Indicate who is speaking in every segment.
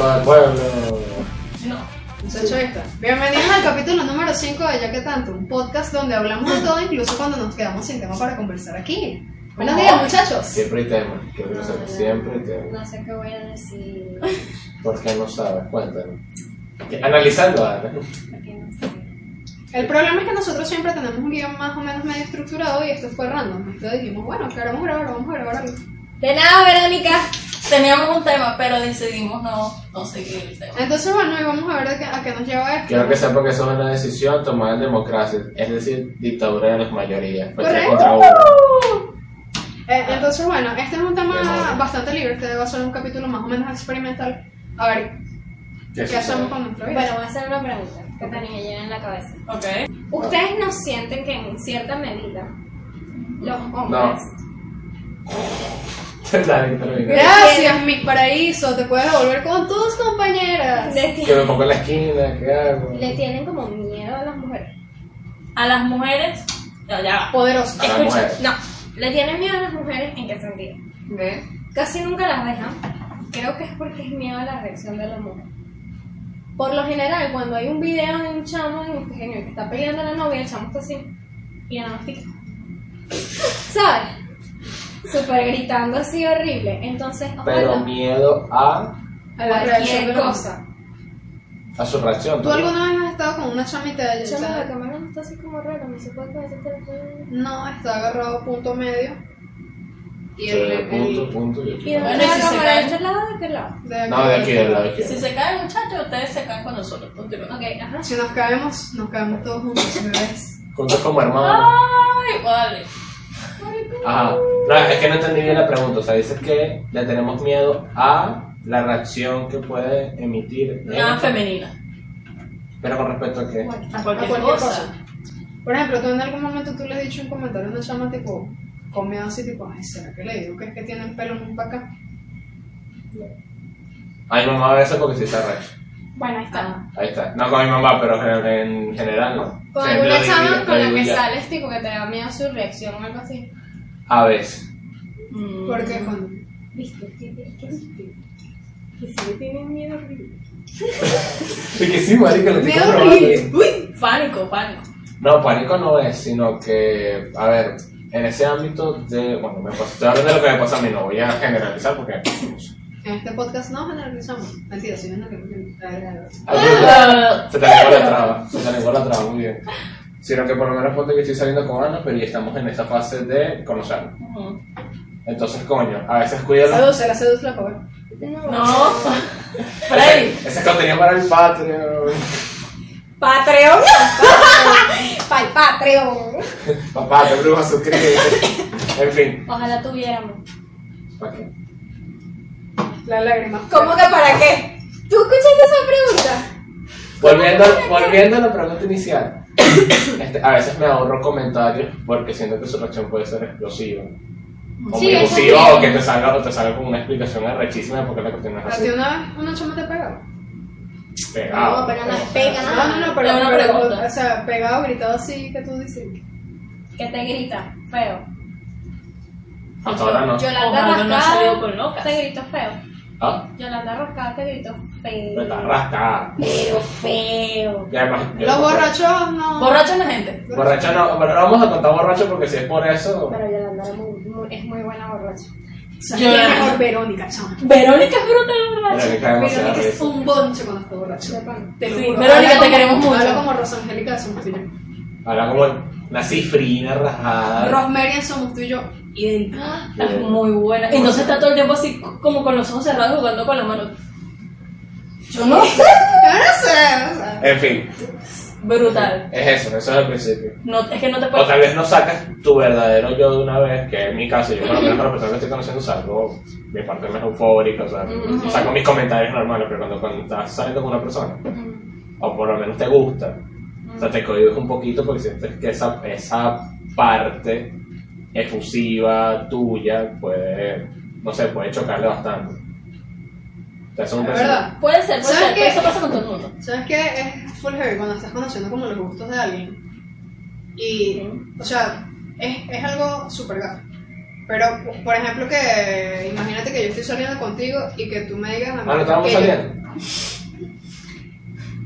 Speaker 1: pueblo.
Speaker 2: No. Muchacho Héctor. Bienvenidos al capítulo número 5 de Ya que tanto, un podcast donde hablamos de todo, incluso cuando nos quedamos sin tema para conversar aquí. Buenos días, muchachos.
Speaker 1: Siempre hay temas, que
Speaker 3: No,
Speaker 1: no,
Speaker 3: no.
Speaker 1: siempre hay temas.
Speaker 3: No sé qué voy a decir.
Speaker 1: ¿Por qué no sabes? Cuéntanos. Analizando, Ana.
Speaker 3: Porque no sé.
Speaker 2: El problema es que nosotros siempre tenemos un guión más o menos medio estructurado y esto fue random. Entonces dijimos, bueno, claro, vamos a grabar, vamos a grabar algo.
Speaker 4: De nada, Verónica. Teníamos un tema, pero decidimos no, no seguir el tema.
Speaker 2: Entonces, bueno, y vamos a ver de qué- a qué nos lleva esto.
Speaker 1: Quiero que sepa que eso es una decisión tomada en democracia, es decir, dictadura de las mayorías. Pues
Speaker 2: Correcto.
Speaker 1: contra uno.
Speaker 2: Eh, entonces, bueno, este es un tema
Speaker 1: Bien, bien.
Speaker 2: bastante libre. Este va a ser un capítulo más o menos experimental. A ver, ¿qué,
Speaker 1: sucede?
Speaker 2: hacemos con nuestra vida?
Speaker 3: Bueno, voy a hacer una pregunta que tenía ayer en la cabeza.
Speaker 4: Ok.
Speaker 3: ¿Ustedes no sienten que en cierta medida los hombres
Speaker 1: Dale, termina.
Speaker 2: Gracias, mi paraíso. Te puedes volver con tus compañeras.
Speaker 3: le,
Speaker 1: Que me
Speaker 3: tienen,
Speaker 1: pongo en la esquina, ¿qué hago?
Speaker 3: le tienen como miedo a las mujeres?
Speaker 4: A las mujeres. Ya, ya. va.
Speaker 2: Poderoso.
Speaker 1: A la mujer.
Speaker 3: No, le tienen miedo a las mujeres en qué sentido? Casi nunca las dejan. Creo que es porque es miedo a la reacción de la mujer. Por lo general, cuando hay un video de un chamo en un genio que está peleando a la novia, el chamo está así. Y nada más pica. ¿Sabes? Súper gritando así horrible. Entonces,
Speaker 1: Pero
Speaker 3: ojalá,
Speaker 1: miedo a,
Speaker 2: A la reacción de
Speaker 3: cualquier
Speaker 2: la
Speaker 3: cosa.
Speaker 1: a su reacción.
Speaker 2: ¿Tú alguna vez has estado con una chamita de
Speaker 3: El chamo de cámara está así como raro, no se puede comer ese teléfono.
Speaker 2: No, está agarrado punto medio.
Speaker 1: Sí,
Speaker 2: Y el, el-
Speaker 1: punto, punto, y
Speaker 3: ¿Y
Speaker 1: aquí.
Speaker 3: de
Speaker 4: Bueno,
Speaker 3: dónde
Speaker 4: y
Speaker 3: la
Speaker 4: si se
Speaker 3: cámara? ¿De
Speaker 4: cae.
Speaker 3: este lado o de aquel lado?
Speaker 2: de aquí.
Speaker 1: No, de aquí, del lado
Speaker 4: Si
Speaker 1: izquierdo.
Speaker 4: se caen, muchachos, ustedes se caen con nosotros. Continúa.
Speaker 3: Ok, ajá.
Speaker 2: Si nos caemos, nos caemos todos juntos, bebés.
Speaker 1: Juntos
Speaker 2: Ah,
Speaker 1: como hermanos.
Speaker 4: Ay, vale.
Speaker 1: Ajá. No, es que no entendí bien la pregunta. O sea, dices que le tenemos miedo a la reacción que puede emitir.
Speaker 4: Nada
Speaker 1: él.
Speaker 4: femenina.
Speaker 1: Pero con respecto a qué.
Speaker 4: A cualquier,
Speaker 2: A cualquier
Speaker 4: cosa.
Speaker 2: cosa. Por ejemplo, tú en algún momento tú le has dicho un comentario a una chama tipo, con miedo así tipo, ay, ¿será que le digo que es que tienen pelo en un acá?
Speaker 1: A mi mamá a veces porque sí está recho.
Speaker 3: Bueno, ahí está.
Speaker 1: Ahí está. No con mi mamá, pero en- en general no.
Speaker 3: Con
Speaker 1: Sí, lo
Speaker 3: alguna
Speaker 1: digo-
Speaker 3: chama
Speaker 1: lo
Speaker 3: con la
Speaker 1: digo
Speaker 3: que
Speaker 1: ya.
Speaker 3: sales, tipo que te da miedo su reacción o algo así.
Speaker 1: A veces.
Speaker 4: Mm.
Speaker 2: Porque con...
Speaker 3: ¿Viste? ¿Qué viste? Que si le tienen miedo horrible.
Speaker 1: Sí, que sí, marico, lo estoy
Speaker 2: Miedo
Speaker 1: comprobando.
Speaker 2: horrible.
Speaker 4: Uy, pánico, pánico.
Speaker 1: No, pánico no es, sino que, a ver, en ese ámbito de, bueno, me pasó, estoy hablando de lo que me pasa a mí, no voy a generalizar porque... pues,
Speaker 2: En este podcast no generalizamos. Mentira, si ven lo que...
Speaker 3: Ah.
Speaker 1: Se te lengua la traba, se te lengua la traba, muy bien. Sino que por lo menos ponte que estoy saliendo con Ana, pero ya estamos en esa fase de conocernos.
Speaker 4: Ujú.
Speaker 1: Entonces, coño, a veces cuídalo.
Speaker 2: Seduce, la seduce la pobre.
Speaker 3: No.
Speaker 4: No. Freddy.
Speaker 1: Ese es contenido para el Patreon,
Speaker 3: Patreon. Pal Patreon.
Speaker 1: papá, te brujas, suscríbete. En fin,
Speaker 3: Ojalá tuviéramos.
Speaker 1: ¿para qué?
Speaker 2: La lágrima.
Speaker 3: ¿Cómo que para qué? ¿Tú escuchaste esa pregunta?
Speaker 1: Volviendo, volviendo a la pregunta inicial, este, a veces me ahorro comentarios porque siento que su reacción puede ser explosiva. O
Speaker 3: Sí,
Speaker 1: muy
Speaker 3: eso
Speaker 1: efusiva,
Speaker 3: sí.
Speaker 1: o que te salga, o te salga con una explicación arrechísima porque la cuestión no es
Speaker 2: ¿A
Speaker 1: así.
Speaker 2: ti una vez una chama te pegaba?
Speaker 1: Pegado.
Speaker 3: No, pero no es pega
Speaker 2: No, no, no, pero,
Speaker 4: Pero una
Speaker 2: pero,
Speaker 4: pregunta.
Speaker 2: o sea, pegado, gritado así, que tú dices.
Speaker 3: Que te grita feo.
Speaker 1: Hasta ahora no.
Speaker 3: Yolanda
Speaker 4: Ojalá no ha salido
Speaker 3: Rascada
Speaker 4: con locas.
Speaker 3: te gritó feo.
Speaker 1: Ah,
Speaker 3: Yolanda Rascada te gritó
Speaker 1: me está
Speaker 3: feo.
Speaker 1: rascada.
Speaker 3: Pero feo.
Speaker 1: Y además, yo-
Speaker 2: Los borrachos no.
Speaker 4: Borracha es la gente.
Speaker 1: Borracho no, pero no vamos a contar borracho porque si es por eso.
Speaker 3: Pero Yolanda es muy, muy- es muy buena borracha.
Speaker 2: O sea,
Speaker 4: Yo-
Speaker 2: ¿quién es mejor Verónica, chama.
Speaker 4: Verónica es brutal borracha.
Speaker 1: Verónica demasiado
Speaker 2: Verónica es
Speaker 1: risa.
Speaker 2: un bonche cuando está borracho.
Speaker 3: De pan.
Speaker 2: Te lo
Speaker 4: Sí,
Speaker 2: juro.
Speaker 4: Verónica,
Speaker 2: Habla
Speaker 4: te
Speaker 2: como-
Speaker 4: queremos mucho.
Speaker 2: Habla como Rosangélica de Somos tú y yo.
Speaker 1: Habla como una cifrina rajada.
Speaker 2: Rosemary en Somos tú y yo.
Speaker 4: Idéntica. Es muy buena. Y entonces está todo el tiempo así, como con los ojos cerrados, jugando con la mano. Yo no sé.
Speaker 2: Yo no sé, o sea.
Speaker 1: En fin,
Speaker 4: Brutal.
Speaker 1: es eso, eso es el principio.
Speaker 4: No, es que no te
Speaker 1: O tal
Speaker 4: puedes.
Speaker 1: vez no sacas tu verdadero yo de una vez, que en mi caso, yo por lo menos con la persona que estoy conociendo salgo mi parte más eufórica, o sea, saco mis comentarios normales, pero cuando, cuando estás saliendo con una persona, o por lo menos te gusta, o sea, te cohibes un poquito porque sientes que esa, esa parte efusiva tuya puede, no sé, puede chocarle bastante. Te hace un
Speaker 2: Es
Speaker 1: pensamiento.
Speaker 2: verdad.
Speaker 4: Puede ser, puede
Speaker 2: ¿Sabes
Speaker 4: ser.
Speaker 2: qué?
Speaker 4: pero Eso pasa con todo el mundo.
Speaker 2: ¿Sabes qué? Es full heavy cuando estás conociendo como los gustos de alguien. Y, o sea, es, es algo súper gafo. Pero, por ejemplo, que imagínate que yo estoy saliendo contigo y que tú me digas a mí
Speaker 1: Ah, no
Speaker 2: que
Speaker 1: estábamos
Speaker 2: yo-
Speaker 1: saliendo.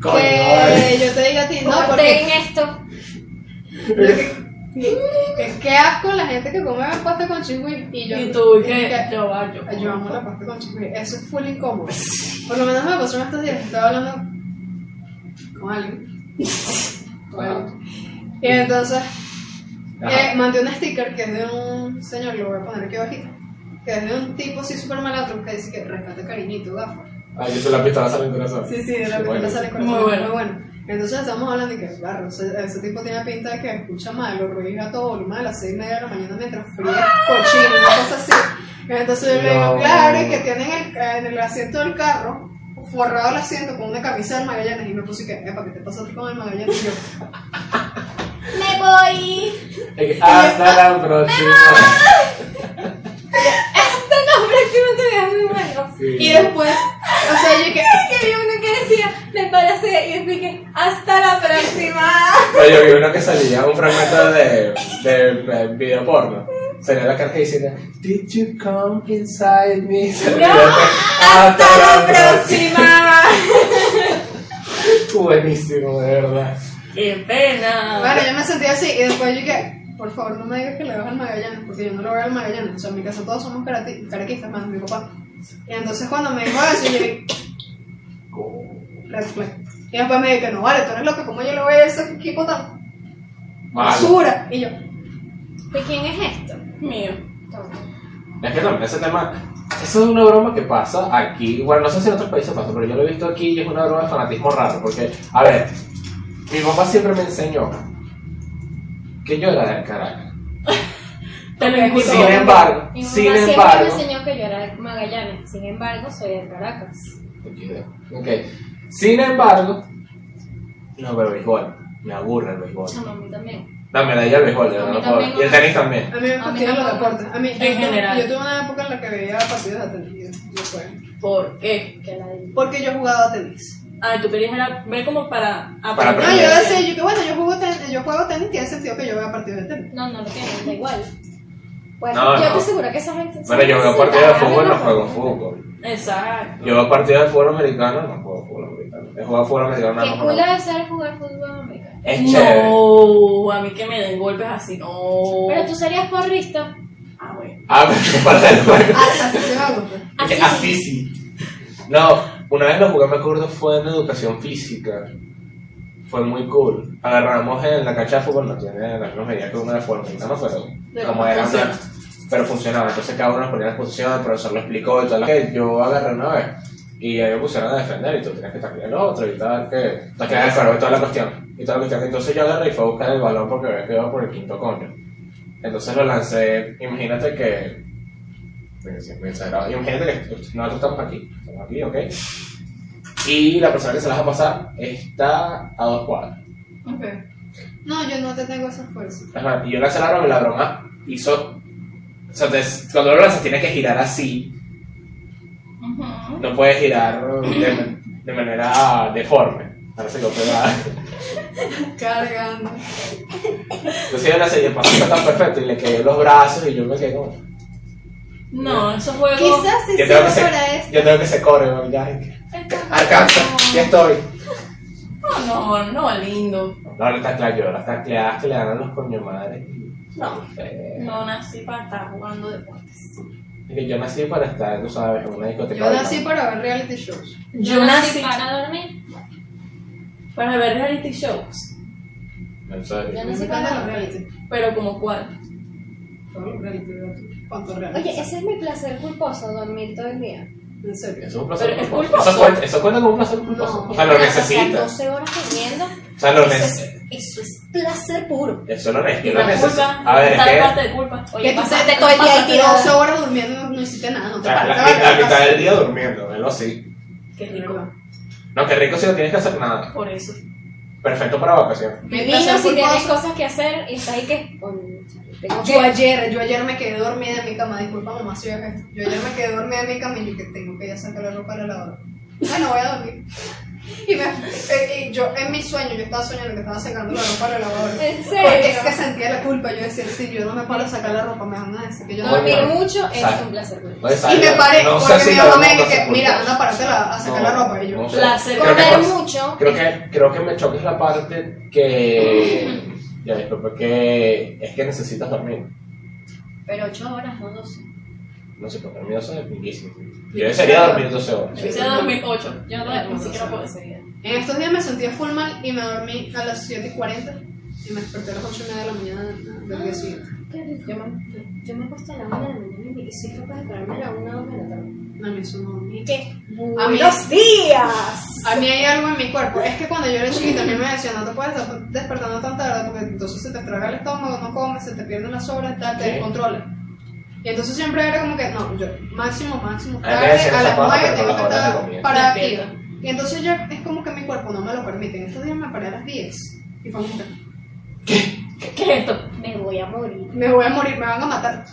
Speaker 2: Pues,
Speaker 1: Coño, eh.
Speaker 2: que yo te diga a ti, no, porque
Speaker 3: Corten esto.
Speaker 2: qué, qué asco la gente que come pasta con chingüí. Y yo,
Speaker 4: Y tú, ¿y
Speaker 2: que-
Speaker 4: qué? Yo, va, yo.
Speaker 2: Yo amo la pasta con chingüí. Eso es full incómodo. Por lo menos me pasó en estos días. Estaba hablando con alguien. Bueno. Y entonces
Speaker 1: Ajá.
Speaker 2: eh, mandé un sticker que es de un señor, lo voy a poner aquí abajito. Que es de un tipo así súper malatro que dice que rescate cariñito, gafo.
Speaker 1: Ay, Ah, yo soy la pistola sale en corazón.
Speaker 2: Sí, sí, de la
Speaker 1: Qué
Speaker 2: película
Speaker 1: bueno.
Speaker 2: sale con
Speaker 4: Muy
Speaker 2: muy bueno.
Speaker 4: bueno.
Speaker 2: muy bueno. Entonces estamos hablando de que, claro, ese, ese tipo tiene pinta de que escucha mal, lo ruiga a todo volumen a las seis y media de la mañana mientras fríe cochino, una cosa así. Entonces yo le digo,
Speaker 1: No.
Speaker 2: claro, y que tienen el, en el asiento del carro, forrado el asiento con una camisa del Magallanes, y me puse que, epa, ¿qué te pasa a ti con el Magallanes? Y yo,
Speaker 3: Me voy.
Speaker 1: Es que Hasta Ah,
Speaker 2: ah,
Speaker 1: la próxima.
Speaker 3: Este nombre es muy bueno.
Speaker 1: Sí.
Speaker 2: y después, o sea, yo que,
Speaker 3: Que vi uno que decía, me parece, y expliqué, hasta la próxima.
Speaker 1: Oye, yo vi uno que salía, un fragmento de, de, eh, video porno. Salía la carta diciendo, Did you come inside me? Salía Ah, el otro,
Speaker 3: Hasta la próxima.
Speaker 1: próxima. Buenísimo, de verdad.
Speaker 4: ¡Qué
Speaker 1: Ah,
Speaker 4: pena!
Speaker 2: claro, yo me sentí así, y después yo que, por favor, no me digas que le vas al Magallanes, porque yo no lo veo al Magallanes, o sea, en mi casa todos somos karati- caraquistas, más mi papá. Y entonces cuando me dijo eso, yo dije, Red flag. Y después me dije, no vale, tú eres loca, ¿cómo yo le voy a ese equipo tan
Speaker 1: Malo.
Speaker 2: basura? Y yo,
Speaker 3: ¿De quién es esto?
Speaker 4: Mío.
Speaker 1: Es que también ese tema, eso es una broma que pasa aquí. Bueno, no sé si en otros países pasa, pero yo lo he visto aquí y es una broma de fanatismo raro. Porque, a ver, mi papá siempre me enseñó que yo era de Caracas.
Speaker 4: Te lo
Speaker 1: Y
Speaker 4: inculco.
Speaker 1: sin embargo,
Speaker 3: Mi mamá
Speaker 1: sin
Speaker 3: siempre me
Speaker 1: embargo.
Speaker 3: enseñó que yo era de Magallanes, sin embargo, soy de Caracas.
Speaker 1: Ok. Sin embargo, no veo béisbol. Me aburre el béisbol.
Speaker 3: Chamo, a mí también.
Speaker 1: No, me da ya el béisbol,
Speaker 3: A
Speaker 1: yo
Speaker 3: mí
Speaker 1: no puedo.
Speaker 3: también.
Speaker 1: Y el tenis también.
Speaker 2: a mí me
Speaker 3: mí
Speaker 2: fastidian los
Speaker 3: tampoco.
Speaker 2: deportes. A mí, yo,
Speaker 4: En
Speaker 2: tuve-
Speaker 4: general.
Speaker 2: yo tuve una época en la que veía partidos de tenis. yo- yo fue.
Speaker 4: ¿Por qué?
Speaker 3: Que la di.
Speaker 2: Porque yo jugaba tenis.
Speaker 4: Ah, tú querías era ver como para
Speaker 1: Para
Speaker 2: No,
Speaker 1: Pero
Speaker 2: yo
Speaker 1: ya-
Speaker 2: decía, yo que bueno, yo juego tenis, yo juego tenis, tiene sentido que yo vea partidos de tenis.
Speaker 3: No, no lo tiene, da igual. Pues
Speaker 1: No,
Speaker 3: yo
Speaker 1: no.
Speaker 3: te aseguro que esa gente.
Speaker 1: Bueno, yo veo partidos de fútbol, no juego fútbol.
Speaker 4: Exacto.
Speaker 1: Yo veo partidos de fútbol americano, no juego fútbol americano. He jugado fútbol americano, no,
Speaker 3: Qué
Speaker 1: no,
Speaker 3: cool
Speaker 1: no.
Speaker 3: debe ser jugar fútbol americano.
Speaker 1: Es chévere.
Speaker 4: No, a mí que me den golpes así, no.
Speaker 3: Pero tú serías porrista.
Speaker 4: Ah, bueno.
Speaker 1: Ah, pero es parte del juego.
Speaker 2: Ah, así se me gusta.
Speaker 3: Así sí.
Speaker 1: Así sí. No, una vez lo jugué, me acuerdo, fue en educación física. Fue muy cool. Agarramos en la cancha de fútbol, no tiene la misma medida que una de fútbol, no me acuerdo.
Speaker 4: De
Speaker 1: Como
Speaker 4: cómo
Speaker 1: era
Speaker 4: funciona.
Speaker 1: una- Pero funcionaba, entonces cada uno nos ponía las posiciones, el profesor lo explicó y tal. Que yo agarré una vez y ahí me pusieron a defender y tú tenías que taclear al otro y tal, que taclear el faro y toda la cuestión. Y toda la cuestión. Entonces yo agarré y fui a buscar el balón porque había quedado por el quinto coño. Entonces lo lancé, imagínate que porque siempre he exagerado. Imagínate que nosotros estamos aquí, estamos aquí, ¿ok? Y la persona que se las va a pasar está a dos cuadras.
Speaker 2: No, yo no te tengo esa fuerza.
Speaker 1: Ajá, y yo lancé la broma y la broma hizo... O sea, entonces, cuando lo lanzas tienes que girar así, no puedes girar de, de manera deforme. Ahora se lo pega.
Speaker 2: Cargando.
Speaker 1: Entonces yo lancé y el paso fue tan perfecto y le quedé los brazos y yo me quedé como...
Speaker 4: No, esos juegos.
Speaker 2: Quizás sí
Speaker 1: Yo
Speaker 2: sirva
Speaker 1: tengo que
Speaker 2: para
Speaker 1: se,
Speaker 2: esto.
Speaker 1: yo tengo que se corre, ¿no? ya.
Speaker 3: Entonces,
Speaker 1: Alcanza, ya estoy.
Speaker 4: No, no, no, lindo.
Speaker 1: No, le taclea yo, las tacleadas que le dan a los coño madre.
Speaker 4: No.
Speaker 1: Eh,
Speaker 4: No nací para estar jugando deportes.
Speaker 1: Mire, Yo nací para estar, tú sabes, en una discoteca.
Speaker 2: Yo
Speaker 1: de
Speaker 2: nací
Speaker 1: pan.
Speaker 2: para ver reality shows.
Speaker 4: Yo nací
Speaker 3: para dormir.
Speaker 4: para ver reality shows.
Speaker 1: En serio.
Speaker 3: Yo
Speaker 2: Me
Speaker 3: nací
Speaker 2: encantan
Speaker 3: para
Speaker 2: los
Speaker 3: dormir.
Speaker 2: reality.
Speaker 4: Pero como cuál.
Speaker 2: Todos los reality. ¿verdad? ¿Cuántos reality?
Speaker 3: Oye, ese es mi placer culposo, dormir todo el día.
Speaker 2: En serio.
Speaker 1: Eso es un placer
Speaker 4: Pero es
Speaker 1: culposo.
Speaker 4: culposo.
Speaker 1: Eso cuenta, eso cuenta como un placer culposo.
Speaker 3: No,
Speaker 1: o sea, lo
Speaker 3: O sea,
Speaker 1: necesitas.
Speaker 3: 12 horas comiendo.
Speaker 1: O sea, lo
Speaker 3: Eso
Speaker 1: necesitas.
Speaker 3: es, eso es placer puro.
Speaker 1: Eso lo
Speaker 4: Y
Speaker 1: necesitas.
Speaker 4: la
Speaker 1: lo necesitas.
Speaker 4: culpa.
Speaker 1: A ver, es
Speaker 4: está
Speaker 1: que
Speaker 4: la parte de culpa.
Speaker 2: Que
Speaker 4: Oye,
Speaker 2: tú
Speaker 4: pasa-
Speaker 2: te todo el día ahí tirado 12 horas durmiendo no, no hiciste nada, no
Speaker 1: o
Speaker 2: te
Speaker 1: sea, la,
Speaker 2: paraste,
Speaker 1: la- la
Speaker 2: ¿verdad?
Speaker 1: mitad del día durmiendo, verlo así.
Speaker 4: Qué rico.
Speaker 1: No, qué rico si no tienes que hacer nada.
Speaker 4: Por eso.
Speaker 1: Perfecto para vacaciones.
Speaker 2: Mi
Speaker 3: Divino
Speaker 2: placer
Speaker 3: si tienes
Speaker 2: culposo.
Speaker 3: cosas que hacer y estás ahí que. "Coño, chale, Tengo
Speaker 2: Yo
Speaker 3: que
Speaker 2: ayer, yo ayer me quedé dormida en mi cama, disculpa mamá si ves esto. Yo ayer me quedé dormida en mi cama y yo que tengo que ir a sacar la ropa a la lavadora. Bueno, voy a dormir. Y, me, eh, y yo en mi sueño, yo estaba soñando que estaba sacando la ropa del lavador.
Speaker 3: ¿En serio?
Speaker 2: Porque Pues es que sentía la culpa. Yo decía, si yo no me paro a sacar la ropa, me van a decir que yo no
Speaker 1: Oye,
Speaker 3: Dormir mucho es
Speaker 1: Sal.
Speaker 3: un placer.
Speaker 1: No es
Speaker 2: Y me
Speaker 1: algo-
Speaker 2: paré
Speaker 1: no sé
Speaker 2: porque
Speaker 1: si
Speaker 2: mi
Speaker 1: lo
Speaker 2: mamá me
Speaker 1: vamos a
Speaker 2: dice,
Speaker 1: sepultar.
Speaker 2: mira, anda, párate la- a sacar la
Speaker 1: No,
Speaker 2: ropa. Y yo,
Speaker 1: no sé.
Speaker 4: Placer.
Speaker 1: Creo que
Speaker 3: Comer
Speaker 1: pasa-
Speaker 3: mucho.
Speaker 1: Creo que, creo que me choca es la parte que. Ya disculpa, que es que necesitas dormir.
Speaker 3: Pero 8 horas, no 12.
Speaker 1: No sé, porque dormir 12 es pinguísimo. Yo desearía dormir 12 horas.
Speaker 4: Yo hice 2008. Yo no duermo, así que no puedo seguir.
Speaker 2: En estos días me sentía full mal y me dormí a las 7 y 40 y me desperté a las 8 y media de la mañana del día siguiente.
Speaker 3: Ah, Yo me, yo me acuesto a la 1 de la mañana y soy capaz de pararme a la 1 o 2 de la tarde.
Speaker 2: No, me hizo un
Speaker 3: ¿Qué?
Speaker 2: A mí-
Speaker 3: ¡Buenos días!
Speaker 2: A mí hay algo en mi cuerpo. Es que cuando yo era chiquita, a mí me decían, no te puedes estar despertando tan tarde porque entonces se te traga el estómago, no comes, se te pierden las horas, tal, te
Speaker 1: Sí.
Speaker 2: descontrolas. Y entonces siempre era como que, no, yo máximo, máximo,
Speaker 1: A mí me
Speaker 2: tarde,
Speaker 1: decían
Speaker 2: a
Speaker 1: esa
Speaker 2: las
Speaker 1: paja,
Speaker 2: 9
Speaker 1: pero
Speaker 2: tengo
Speaker 1: con
Speaker 2: que
Speaker 1: las horas de
Speaker 2: estar
Speaker 1: comida.
Speaker 2: para aquí.
Speaker 4: Despierta.
Speaker 2: Y entonces ya es como que mi cuerpo no me lo permite. En estos días me paré a las 10 y fue como que,
Speaker 4: ¿Qué es esto?
Speaker 3: Me voy a morir.
Speaker 2: me voy a morir, me van a matar.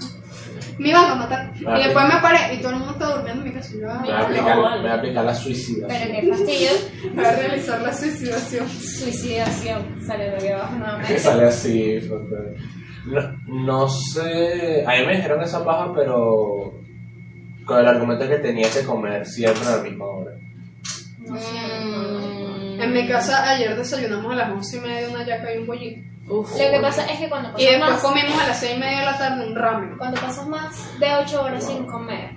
Speaker 2: Me van a matar.
Speaker 1: Vale.
Speaker 2: Y después me paré y todo el mundo está durmiendo en mi casa. y yo,
Speaker 1: Me
Speaker 2: "Ay,
Speaker 1: voy a aplicar,
Speaker 4: No, vale.
Speaker 1: me voy a aplicar la suicida.
Speaker 3: Pero qué fastidio.
Speaker 2: voy a realizar la suicidación.
Speaker 3: Suicidación. Sale lo que abajo
Speaker 1: Que
Speaker 3: nuevamente.
Speaker 1: sale así. frontal. No, no sé. A mí me dijeron esa paja, pero. Con el argumento que tenía que comer siempre a la misma hora.
Speaker 3: No sé.
Speaker 4: Mm.
Speaker 2: En mi casa ayer desayunamos a las 11 y media de una yaca y un bollito.
Speaker 4: Uf.
Speaker 3: Lo que pasa es que cuando
Speaker 2: Y
Speaker 3: pasas,
Speaker 2: después
Speaker 3: más,
Speaker 2: comimos a las 6 y media de la tarde un ramen.
Speaker 3: cuando pasas más de 8 horas sin comer,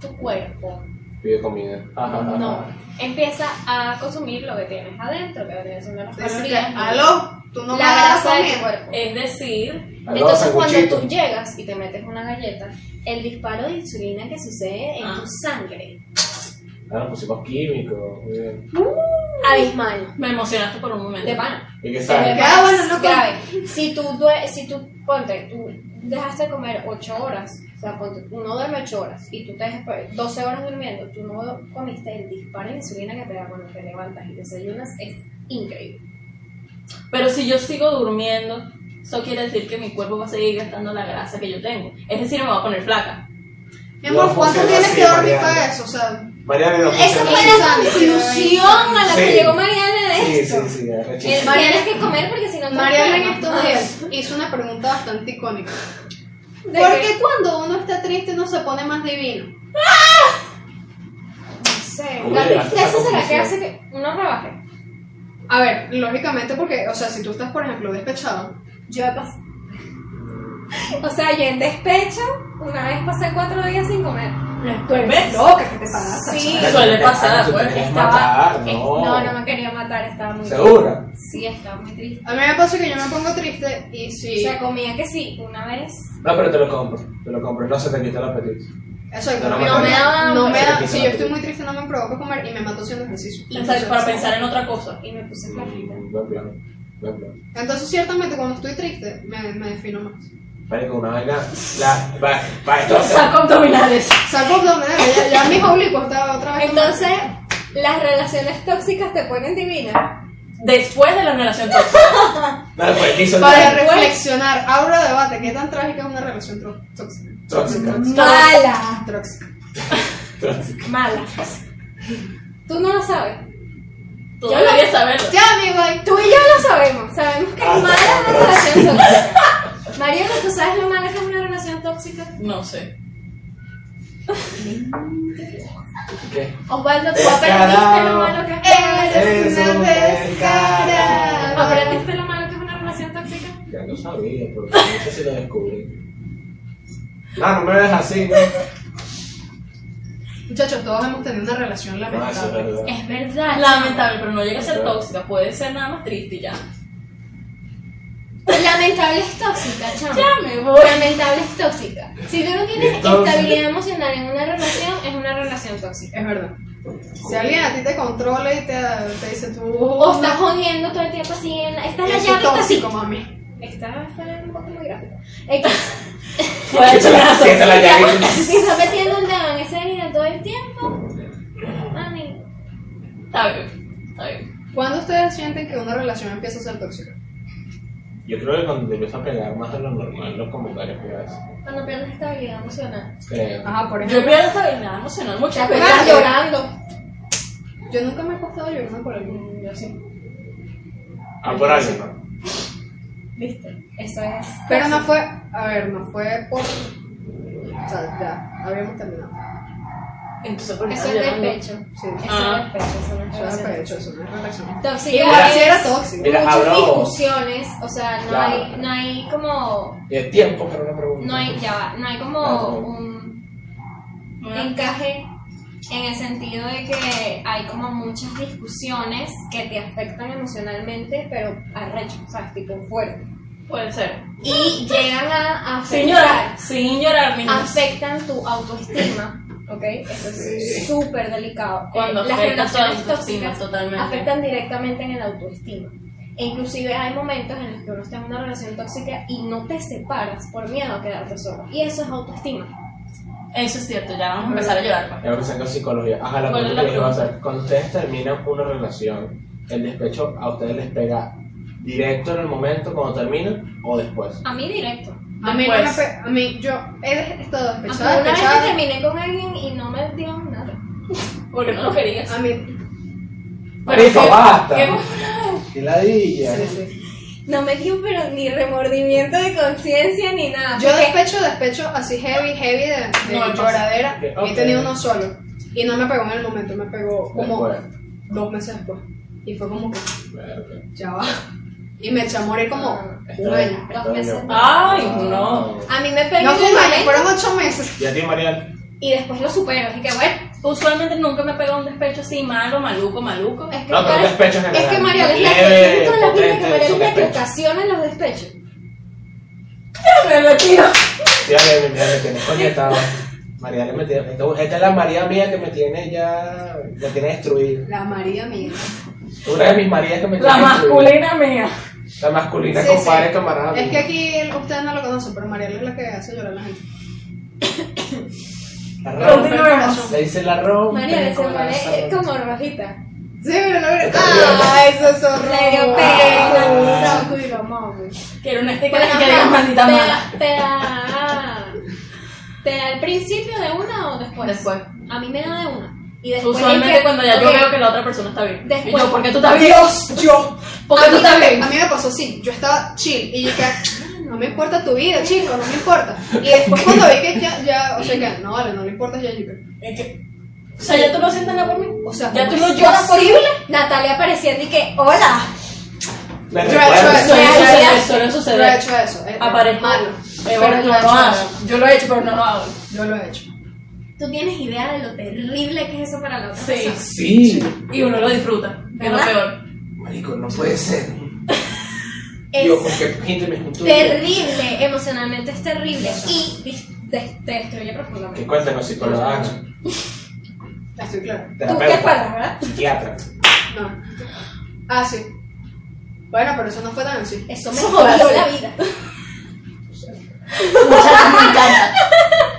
Speaker 3: tu cuerpo
Speaker 1: Pide comida. Ajá, ajá,
Speaker 3: no
Speaker 1: ajá.
Speaker 3: empieza a consumir lo que tienes adentro, que viene siendo las
Speaker 2: Entonces,
Speaker 3: calorías.
Speaker 2: aló, tú no
Speaker 3: la
Speaker 2: me vas a
Speaker 3: grasa de tu
Speaker 2: comer.
Speaker 3: cuerpo.
Speaker 4: Es decir,
Speaker 1: Aló,
Speaker 3: Entonces cuando
Speaker 1: sanguchito.
Speaker 3: tú llegas y te metes una galleta, el disparo de insulina que sucede en
Speaker 4: Ah.
Speaker 3: tu sangre,
Speaker 1: Ah, nos pusimos químicos. muy bien.
Speaker 3: abismal,
Speaker 4: me emocionaste por un
Speaker 3: de
Speaker 4: momento.
Speaker 3: pana.
Speaker 1: ¿Y qué
Speaker 3: Pero
Speaker 1: sabe?
Speaker 2: Ya,
Speaker 3: es
Speaker 2: bueno, no
Speaker 3: grave. Si tú, due- si tú, ponte, tú dejaste de comer 8 horas, o sea, ponte, uno duerme 8 horas y tú te dejas por- 12 horas durmiendo, tú no comiste el disparo de insulina que te da cuando te levantas y desayunas, es increíble.
Speaker 4: Pero si yo sigo durmiendo, eso quiere decir que mi cuerpo va a seguir gastando la grasa que yo tengo. Es decir, me va a poner flaca.
Speaker 2: Mi amor,
Speaker 1: No
Speaker 2: ¿cuánto
Speaker 1: funciona
Speaker 2: tienes
Speaker 1: así,
Speaker 2: que dormir
Speaker 1: Mariana.
Speaker 2: para eso? O sea,
Speaker 1: Mariana no
Speaker 3: Esa
Speaker 1: funciona
Speaker 3: fue
Speaker 1: así.
Speaker 3: la conclusión a la que
Speaker 1: Sí.
Speaker 3: llegó Mariana de
Speaker 1: Sí,
Speaker 3: esto.
Speaker 1: sí, sí, ya,
Speaker 3: El-
Speaker 1: rechísimo.
Speaker 3: Tienes que comer porque si no te
Speaker 2: Mariana en
Speaker 3: enfermas.
Speaker 2: estos días hizo una pregunta bastante icónica. ¿Por
Speaker 3: ¿De qué?
Speaker 2: qué cuando uno está triste uno se pone más divino?
Speaker 3: No sé.
Speaker 1: ¿Cómo
Speaker 3: La
Speaker 1: llegaste a esa
Speaker 3: tristeza será que
Speaker 1: conclusión?
Speaker 3: hace que uno rebaje.
Speaker 2: A ver, lógicamente porque, o sea, si tú estás, por ejemplo, despechado,
Speaker 3: Yo he pasado. O sea, yo en despecho, una vez pasé cuatro días sin comer.
Speaker 4: ¿Ves?
Speaker 2: loca, ¿qué te pasa?
Speaker 3: Sí.
Speaker 1: Pero
Speaker 4: Suele
Speaker 1: te-
Speaker 4: pasar,
Speaker 1: tú te
Speaker 4: pues,
Speaker 1: quieres
Speaker 3: Estaba-
Speaker 1: matar,
Speaker 3: eh,
Speaker 1: no.
Speaker 3: no, no me quería matar, estaba muy
Speaker 1: ¿Segura?
Speaker 3: Sí, estaba muy triste.
Speaker 2: A mí me pasa que yo me pongo triste y si...
Speaker 3: O sea, comía que sí, una vez.
Speaker 1: No, pero te lo compro. Te lo compro. No se te quita el apetito.
Speaker 2: Exacto,
Speaker 1: No,
Speaker 2: no,
Speaker 1: no me
Speaker 2: me
Speaker 1: da
Speaker 2: da,
Speaker 3: hambre.
Speaker 2: no me da,
Speaker 1: Sí,
Speaker 2: si
Speaker 1: sí,
Speaker 2: yo
Speaker 1: sí.
Speaker 2: estoy muy triste no me provoca comer y me mato haciendo ejercicio.
Speaker 4: O
Speaker 2: Entonces,
Speaker 4: sea, para pensar en otra cosa.
Speaker 3: Y me puse flaquita.
Speaker 1: Mm, Buen plan. Buen plan.
Speaker 2: Entonces ciertamente cuando estoy triste me, me defino más.
Speaker 1: Marico, una vaina. La, va, va, entonces.
Speaker 4: Saco abdominales.
Speaker 2: Saco abdominales, ya, ya mis oblicuos estaba otra vez.
Speaker 3: Entonces, las relaciones tóxicas te ponen divina.
Speaker 4: Después de la relación tóxica.
Speaker 1: Dale, pues, aquí son
Speaker 2: para
Speaker 1: las
Speaker 2: reflexionar, ahora debate, ¿qué tan trágica es una relación tro- tóxica?
Speaker 1: Tóxicas.
Speaker 3: Mala.
Speaker 2: Tóxica.
Speaker 1: Tóxicas.
Speaker 3: Mala. Tú no lo sabes.
Speaker 4: Tú deberías saberlo.
Speaker 2: Ya, amigo, ahí.
Speaker 3: Tú y yo lo sabemos, sabemos que es
Speaker 1: Ah,
Speaker 3: mala
Speaker 1: está,
Speaker 3: una relación tóxica. Mariana, ¿tú sabes lo mala que es una relación tóxica?
Speaker 4: No sé.
Speaker 1: ¿Qué?
Speaker 3: Osvaldo, tú aprendiste lo malo que es.
Speaker 2: Eres
Speaker 1: Eres
Speaker 2: una
Speaker 1: un
Speaker 2: descarada.
Speaker 3: ¿Aprendiste lo malo que es una relación tóxica?
Speaker 1: Ya lo sabía, pero no sé si lo descubrí. Ah, No, no me ves así, ¿no?
Speaker 2: Muchachos, todos hemos tenido una relación
Speaker 1: No, Ah, eso es
Speaker 2: lamentable.
Speaker 1: verdad.
Speaker 3: Es verdad.
Speaker 4: Ah, Lamentable, pero no llega a ser tóxica. Puede ser nada más triste y ya.
Speaker 3: Lamentable es tóxica, chamo.
Speaker 4: Ya me voy.
Speaker 3: Lamentable es tóxica. Si tú no tienes
Speaker 1: Entonces-
Speaker 3: estabilidad emocional en una relación, es una relación tóxica.
Speaker 2: Es verdad. Si alguien a ti te controla y te, te dice tú...
Speaker 3: O estás jodiendo todo el tiempo así en la... Esta es
Speaker 2: Eso
Speaker 3: la
Speaker 2: es
Speaker 3: llave
Speaker 2: tóxico,
Speaker 3: tóxica.
Speaker 2: mami.
Speaker 3: Esta fue un poco muy gráfico. X.
Speaker 4: Fue el chorazo.
Speaker 1: Siente la llave.
Speaker 3: Si está metiendo el dedo en ese video todo el tiempo, mami,
Speaker 4: Está bien. Está bien.
Speaker 2: ¿Cuándo ustedes sienten que una relación empieza a ser tóxica?
Speaker 1: Yo creo que cuando te empiezas a pegar más de lo normal los comentarios que Eh, haces.
Speaker 3: cuando pierdes estabilidad emocional,
Speaker 1: Creo.
Speaker 2: Ajá, por
Speaker 4: Yo pierdo estabilidad emocional
Speaker 3: te
Speaker 4: muchas veces.
Speaker 3: acuerdas llorando.
Speaker 2: Ah, Yo nunca me he acostado llorando por alguien. Yo sí.
Speaker 1: Ah, por alguien, ¿no?
Speaker 3: ¿Viste? Eso es.
Speaker 2: Pero no fue, a ver, no fue por. O sea, ya, habíamos terminado.
Speaker 4: Entonces, ¿por qué
Speaker 3: Eso
Speaker 4: estás
Speaker 3: es del
Speaker 4: llorando?
Speaker 3: pecho.
Speaker 2: Sí,
Speaker 3: Eso
Speaker 4: Ah.
Speaker 3: es del pecho. Eso no
Speaker 2: eso
Speaker 3: es
Speaker 2: era
Speaker 3: relación.
Speaker 2: pecho, eso no es relación.
Speaker 3: Tóxica
Speaker 2: Igual
Speaker 3: es-
Speaker 2: sí era tóxico.
Speaker 1: Mira,
Speaker 3: muchas
Speaker 1: hablo-
Speaker 3: discusiones, o sea, no
Speaker 1: Claro.
Speaker 3: hay, no hay como,
Speaker 1: Y el tiempo para una pregunta.
Speaker 3: no hay, ya va, no hay como
Speaker 1: Claro.
Speaker 3: un
Speaker 4: Bueno,
Speaker 3: encaje en el sentido de que hay como muchas discusiones que te afectan emocionalmente, pero arrecho, o sea, tipo fuerte.
Speaker 4: Puede ser.
Speaker 3: Y llegan a afectar,
Speaker 4: Sin llorar, sin llorar, mi niña.
Speaker 3: afectan tu autoestima, ¿ok? Eso
Speaker 1: Sí.
Speaker 3: es súper delicado.
Speaker 4: Cuando
Speaker 3: Eh, las
Speaker 4: afecta tu
Speaker 3: relaciones
Speaker 4: autoestima,
Speaker 3: tóxicas
Speaker 4: totalmente.
Speaker 3: afectan directamente en el autoestima. E inclusive hay momentos en los que uno está en una relación tóxica y no te separas por miedo a quedarte solo. Y eso es autoestima.
Speaker 4: Eso es cierto, ya vamos a empezar a llorar. pues.
Speaker 1: Ya pensando en psicología. Ajá, la
Speaker 4: ¿Cuál es
Speaker 1: pregunta que
Speaker 4: la
Speaker 1: les iba a hacer. Cuando ustedes terminan una relación, ¿el despecho a ustedes les pega directo en el momento cuando terminan o después?
Speaker 3: A mí directo.
Speaker 2: A mí, no me
Speaker 4: Después.
Speaker 2: pe- a mí, yo he estado
Speaker 3: Hasta
Speaker 2: despechada,
Speaker 3: una vez
Speaker 2: despechada.
Speaker 3: que terminé con alguien y no me dio nada.
Speaker 4: Porque no lo querías.
Speaker 2: A mí,
Speaker 1: Marico,
Speaker 4: qué-
Speaker 1: basta.
Speaker 4: qué-
Speaker 1: ¡Qué ladilla!
Speaker 2: sí, sí.
Speaker 3: No me dio pero ni remordimiento de conciencia ni nada.
Speaker 2: Yo
Speaker 3: Porque-
Speaker 2: despecho, despecho así heavy, heavy de, de
Speaker 4: No, pues.
Speaker 2: lloradera.
Speaker 1: Que-
Speaker 2: Y
Speaker 1: ok.
Speaker 2: he tenido uno solo. Y no me pegó en el momento, me pegó como
Speaker 1: Después.
Speaker 2: dos meses después. Y fue como que,
Speaker 1: Verga.
Speaker 2: ya va. Y me eché a morir como
Speaker 4: Ah,
Speaker 1: Esto-
Speaker 2: un año.
Speaker 1: esto
Speaker 3: dos meses.
Speaker 1: daño.
Speaker 4: Ay, no.
Speaker 3: A mí me pegó
Speaker 2: No
Speaker 3: en
Speaker 2: fue
Speaker 3: el
Speaker 2: un año,
Speaker 3: momento
Speaker 2: fueron ocho meses.
Speaker 1: ¿Y a ti, Mariel?
Speaker 3: y después lo supero. Así que bueno,
Speaker 4: Usualmente nunca me pega un despecho así malo, maluco, maluco.
Speaker 3: es que
Speaker 1: No, pero un
Speaker 3: Mario-
Speaker 1: despecho general.
Speaker 3: Es que Mario es la
Speaker 1: Leve,
Speaker 3: que todas las veces que
Speaker 1: potente,
Speaker 3: Mario es la que
Speaker 1: despecho.
Speaker 3: ocasiona los despechos.
Speaker 4: Me retiro.
Speaker 1: Sí, a mí, mira, me tienes conectado. María me tiene, esta, esta es la María mía que me tiene ya, me tiene destruida.
Speaker 2: La María mía.
Speaker 1: Una de mis Marías que me tiene
Speaker 4: La
Speaker 1: destruida.
Speaker 4: masculina mía.
Speaker 1: La masculina,
Speaker 2: Sí,
Speaker 1: compadre,
Speaker 2: sí.
Speaker 1: camarada.
Speaker 2: Es que aquí ustedes no lo conocen, pero Mariela es la que hace llorar a la gente.
Speaker 1: La rompe,
Speaker 4: Continuemos.
Speaker 1: le dice la rompe.
Speaker 3: Mario se
Speaker 1: como la
Speaker 3: pone
Speaker 1: rompe.
Speaker 3: como rojita.
Speaker 2: Sí, pero no, pero. ¡Ah! Eso es
Speaker 3: Le
Speaker 4: Ah,
Speaker 3: dio
Speaker 2: horrible.
Speaker 3: pena. y lo mami.
Speaker 4: Quiero una
Speaker 3: Te
Speaker 4: estica que diga maldita
Speaker 3: da,
Speaker 4: mala.
Speaker 3: te da, te da al principio de una o después.
Speaker 4: Después.
Speaker 3: A mí me da de una. Y después
Speaker 4: Usualmente
Speaker 3: es que-
Speaker 4: cuando ya yo
Speaker 3: ok,
Speaker 4: veo que la otra persona está bien.
Speaker 3: Después.
Speaker 4: Y yo, ¿por qué tú estás bien?
Speaker 2: Dios, yo.
Speaker 4: ¿Por qué tú estás bien?
Speaker 2: A mí me pasó así. Yo estaba chill y dije, no me importa tu vida, chico, no me importa. Y después cuando vi que ya, ya o sea, que no, vale, no le importa ya, chico.
Speaker 4: O sea, ya tú no sientes nada por mí.
Speaker 2: O sea,
Speaker 4: ya tú
Speaker 2: ¿cómo
Speaker 4: no
Speaker 2: es
Speaker 4: lloras por mí.
Speaker 3: Natalia apareciendo y que, hola.
Speaker 1: Me
Speaker 2: Yo he hecho
Speaker 1: recuerda.
Speaker 2: eso,
Speaker 4: Suele
Speaker 2: yo he hecho
Speaker 4: suceder,
Speaker 2: eso.
Speaker 4: suele
Speaker 2: Yo he
Speaker 4: suceder.
Speaker 2: hecho eso. Es
Speaker 4: Aparezco.
Speaker 2: malo.
Speaker 4: Eh,
Speaker 2: Pero
Speaker 4: bueno,
Speaker 2: yo
Speaker 4: no
Speaker 2: he
Speaker 4: lo
Speaker 2: hecho
Speaker 4: hago.
Speaker 2: eso.
Speaker 4: Yo lo he hecho, pero no lo hago.
Speaker 2: Yo lo he hecho.
Speaker 3: ¿Tú tienes idea de lo terrible que es eso para la otra
Speaker 4: Sí.
Speaker 3: persona?
Speaker 1: Sí.
Speaker 4: Y uno lo disfruta. Que es lo
Speaker 3: ¿Verdad?
Speaker 4: peor.
Speaker 1: Marico, no puede ser.
Speaker 3: Es
Speaker 1: Digo, porque gente me escucha.
Speaker 3: terrible, emocionalmente es terrible y dis- des- te destruye profundamente.
Speaker 1: Que cuéntanos, psicóloga Ana,
Speaker 2: Estoy claro.
Speaker 3: ¿Tú qué
Speaker 1: terapeuta,
Speaker 3: palabra?
Speaker 1: psiquiatra.
Speaker 2: No. Ah, sí. Bueno, pero eso no fue tan así.
Speaker 3: Eso me
Speaker 4: Eso
Speaker 3: jodió
Speaker 4: fue
Speaker 3: la
Speaker 4: así.
Speaker 3: vida.
Speaker 4: Muchachos, me encanta.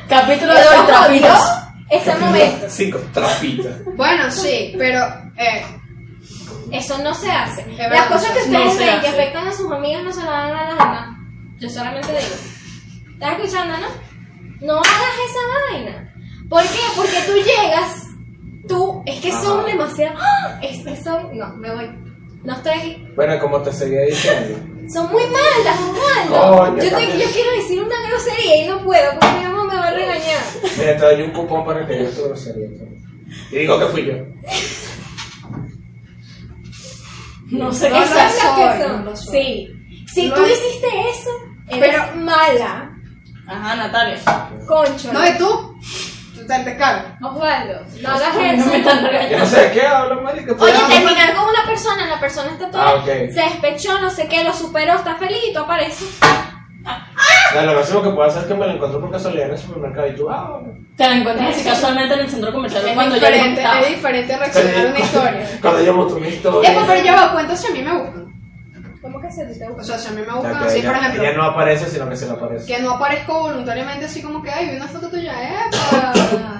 Speaker 4: Capítulo de hoy, trapitos.
Speaker 3: Ese momento.
Speaker 1: Psicotrapita.
Speaker 2: Bueno, sí, pero eh,
Speaker 3: Eso no se hace.
Speaker 2: verdad,
Speaker 3: Las cosas que
Speaker 4: no
Speaker 3: ustedes
Speaker 4: se
Speaker 3: ven que
Speaker 4: hace.
Speaker 3: afectan a sus amigos no se las dan a las demás. Yo solamente digo. ¿Estás escuchando, no? No hagas esa vaina. ¿Por qué? Porque tú llegas, tú, es que son
Speaker 1: Ajá.
Speaker 3: demasiado. ¡Ah! Es que son. No, me voy. No estoy.
Speaker 1: Bueno, como te seguía diciendo.
Speaker 3: Son muy malas,
Speaker 1: Coño,
Speaker 3: Osvaldo. Yo, te-
Speaker 1: también.
Speaker 3: yo quiero decir una grosería y no puedo, porque mi mamá me va a regañar.
Speaker 1: Mira, te doy un cupón para que yo tu grosería. Y digo que fui yo.
Speaker 4: No sé
Speaker 2: No,
Speaker 4: qué
Speaker 2: no, lo
Speaker 3: Esas
Speaker 4: es
Speaker 3: son las que
Speaker 2: soy,
Speaker 3: son.
Speaker 2: no lo soy.
Speaker 3: Sí. Si
Speaker 2: No
Speaker 3: tú
Speaker 2: es-
Speaker 3: hiciste eso, eres
Speaker 2: Pero-
Speaker 3: mala.
Speaker 4: Ajá, Natalia.
Speaker 3: Concho.
Speaker 2: no, ¿y tú? Tú te te cargas.
Speaker 3: Osvaldo, no hagas
Speaker 4: Ay,
Speaker 3: eso.
Speaker 4: No me están
Speaker 1: Yo no
Speaker 4: regañando.
Speaker 1: sé de qué hablo, marico. tú
Speaker 3: Oye,
Speaker 1: hablas.
Speaker 3: terminar con una persona, la persona está toda.
Speaker 1: Ah, ok.
Speaker 3: Se despechó, no sé qué, lo superó, está feliz y tú apareces.
Speaker 1: No, lo máximo que puedo hacer es que me lo encontré por casualidad en el supermercado y tú, ah, bueno.
Speaker 4: Te la encuentras así casualmente en el centro comercial
Speaker 2: Es
Speaker 4: cuando ya ah. no
Speaker 2: diferente,
Speaker 4: estaba.
Speaker 2: es diferente reaccionar a una historia.
Speaker 1: Cuando yo monto una historia.
Speaker 2: Ya, pues, pero yo hago cuentas si a mí me gustan.
Speaker 3: ¿Cómo que se te
Speaker 2: O sea, si a mí me
Speaker 1: O sea,
Speaker 2: gustan
Speaker 1: que
Speaker 2: así,
Speaker 1: ella,
Speaker 2: por ejemplo.
Speaker 1: ella no aparece, sino que se le aparece.
Speaker 2: Que no aparezco voluntariamente así como que, ay, vi una foto tuya, ¡epa!